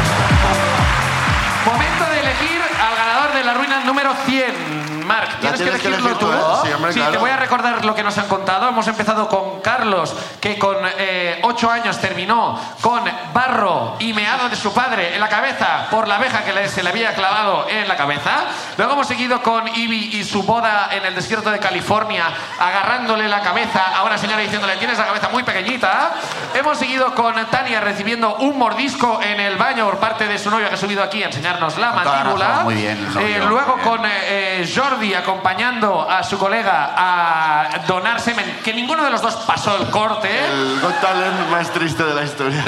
Speaker 1: Venga, va. Momento de elegir al ganador de la ruina número 100. Marc,
Speaker 2: La
Speaker 1: tienes, que
Speaker 2: tienes que
Speaker 1: elegirlo
Speaker 2: elegir tú,
Speaker 1: tú.
Speaker 2: ¿eh? Sí, hombre,
Speaker 1: te
Speaker 2: claro.
Speaker 1: voy a recordar lo que nos han contado. Hemos empezado con Carlos, que con 8 años terminó con barro y meado de su padre en la cabeza por la abeja que le- se le había clavado en la cabeza. Luego hemos seguido con Ivy y su boda en el desierto de California, agarrándole la cabeza a una señora diciéndole, tienes la cabeza muy pequeñita. Hemos seguido con Tania recibiendo un mordisco en el baño por parte de su novio que ha subido aquí a enseñarnos la
Speaker 3: Con toda la razón,
Speaker 1: mandíbula.
Speaker 3: muy bien, el novio,
Speaker 1: Eh, luego
Speaker 3: muy bien.
Speaker 1: con eh, eh, Jordi acompañando a su colega a donar semen, que ninguno de los dos pasó el corte.
Speaker 2: El Got Talent más triste de la historia.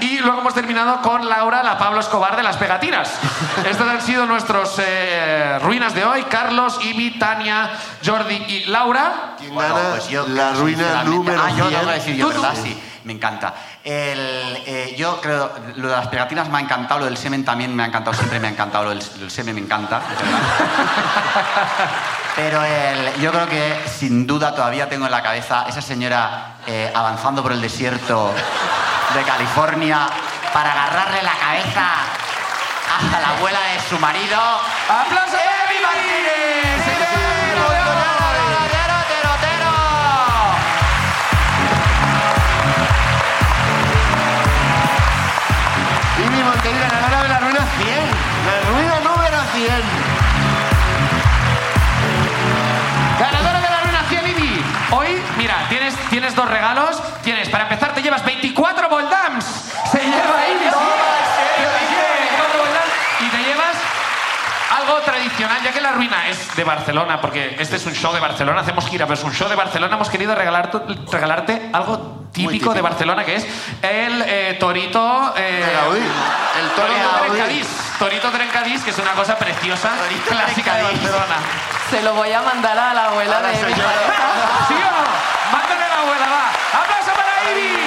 Speaker 1: Y luego hemos terminado con Laura, la Pablo Escobar de las pegatinas. Estos han sido nuestros eh, ruinas de hoy. Carlos, Ibi, Tania, Jordi y Laura.
Speaker 2: gana
Speaker 3: pues
Speaker 2: la ruina
Speaker 3: Sinceramente.
Speaker 2: número
Speaker 3: Ah, yo lo
Speaker 2: 100.
Speaker 3: voy a decir yo,
Speaker 2: Tú, tú.
Speaker 3: ¿verdad? Sí, me encanta. El, eh, yo creo, lo de las pegatinas me ha encantado, lo del semen también me ha encantado, siempre me ha encantado, lo del, lo del semen me encanta, es verdad. Pero el- yo creo que sin duda todavía tengo en la cabeza esa señora eh, avanzando por el desierto de California para agarrarle la cabeza a la abuela de su marido.
Speaker 1: ¡Aplausos a Evi Martínez! ¡Evi!
Speaker 2: Y mi Monteiro, ganadora de la ruina 100. La ruina número 100.
Speaker 3: Eh,
Speaker 1: Ganadora de la ruina 100, Ibi. Hoy, mira, tienes, tienes dos regalos. Tienes, para empezar, te llevas 24 Voldams. Se lleva Ibi. Y te llevas algo tradicional, ya que la ruina es de Barcelona, porque este es un show de Barcelona, hacemos gira, pero es un show de Barcelona, hemos querido regalar tu- regalarte algo típico, de Barcelona, que es el eh, torito... eh,
Speaker 2: Gaudí. El toro
Speaker 1: torito
Speaker 2: de Gaudí.
Speaker 1: trencadís. Torito trencadís, que es una cosa preciosa, clásica de Barcelona.
Speaker 7: Se lo voy a mandar a la abuela de mi pareja.
Speaker 1: ¿Sí o no? Mándale a la abuela, va. ¡Aplauso para Ibi!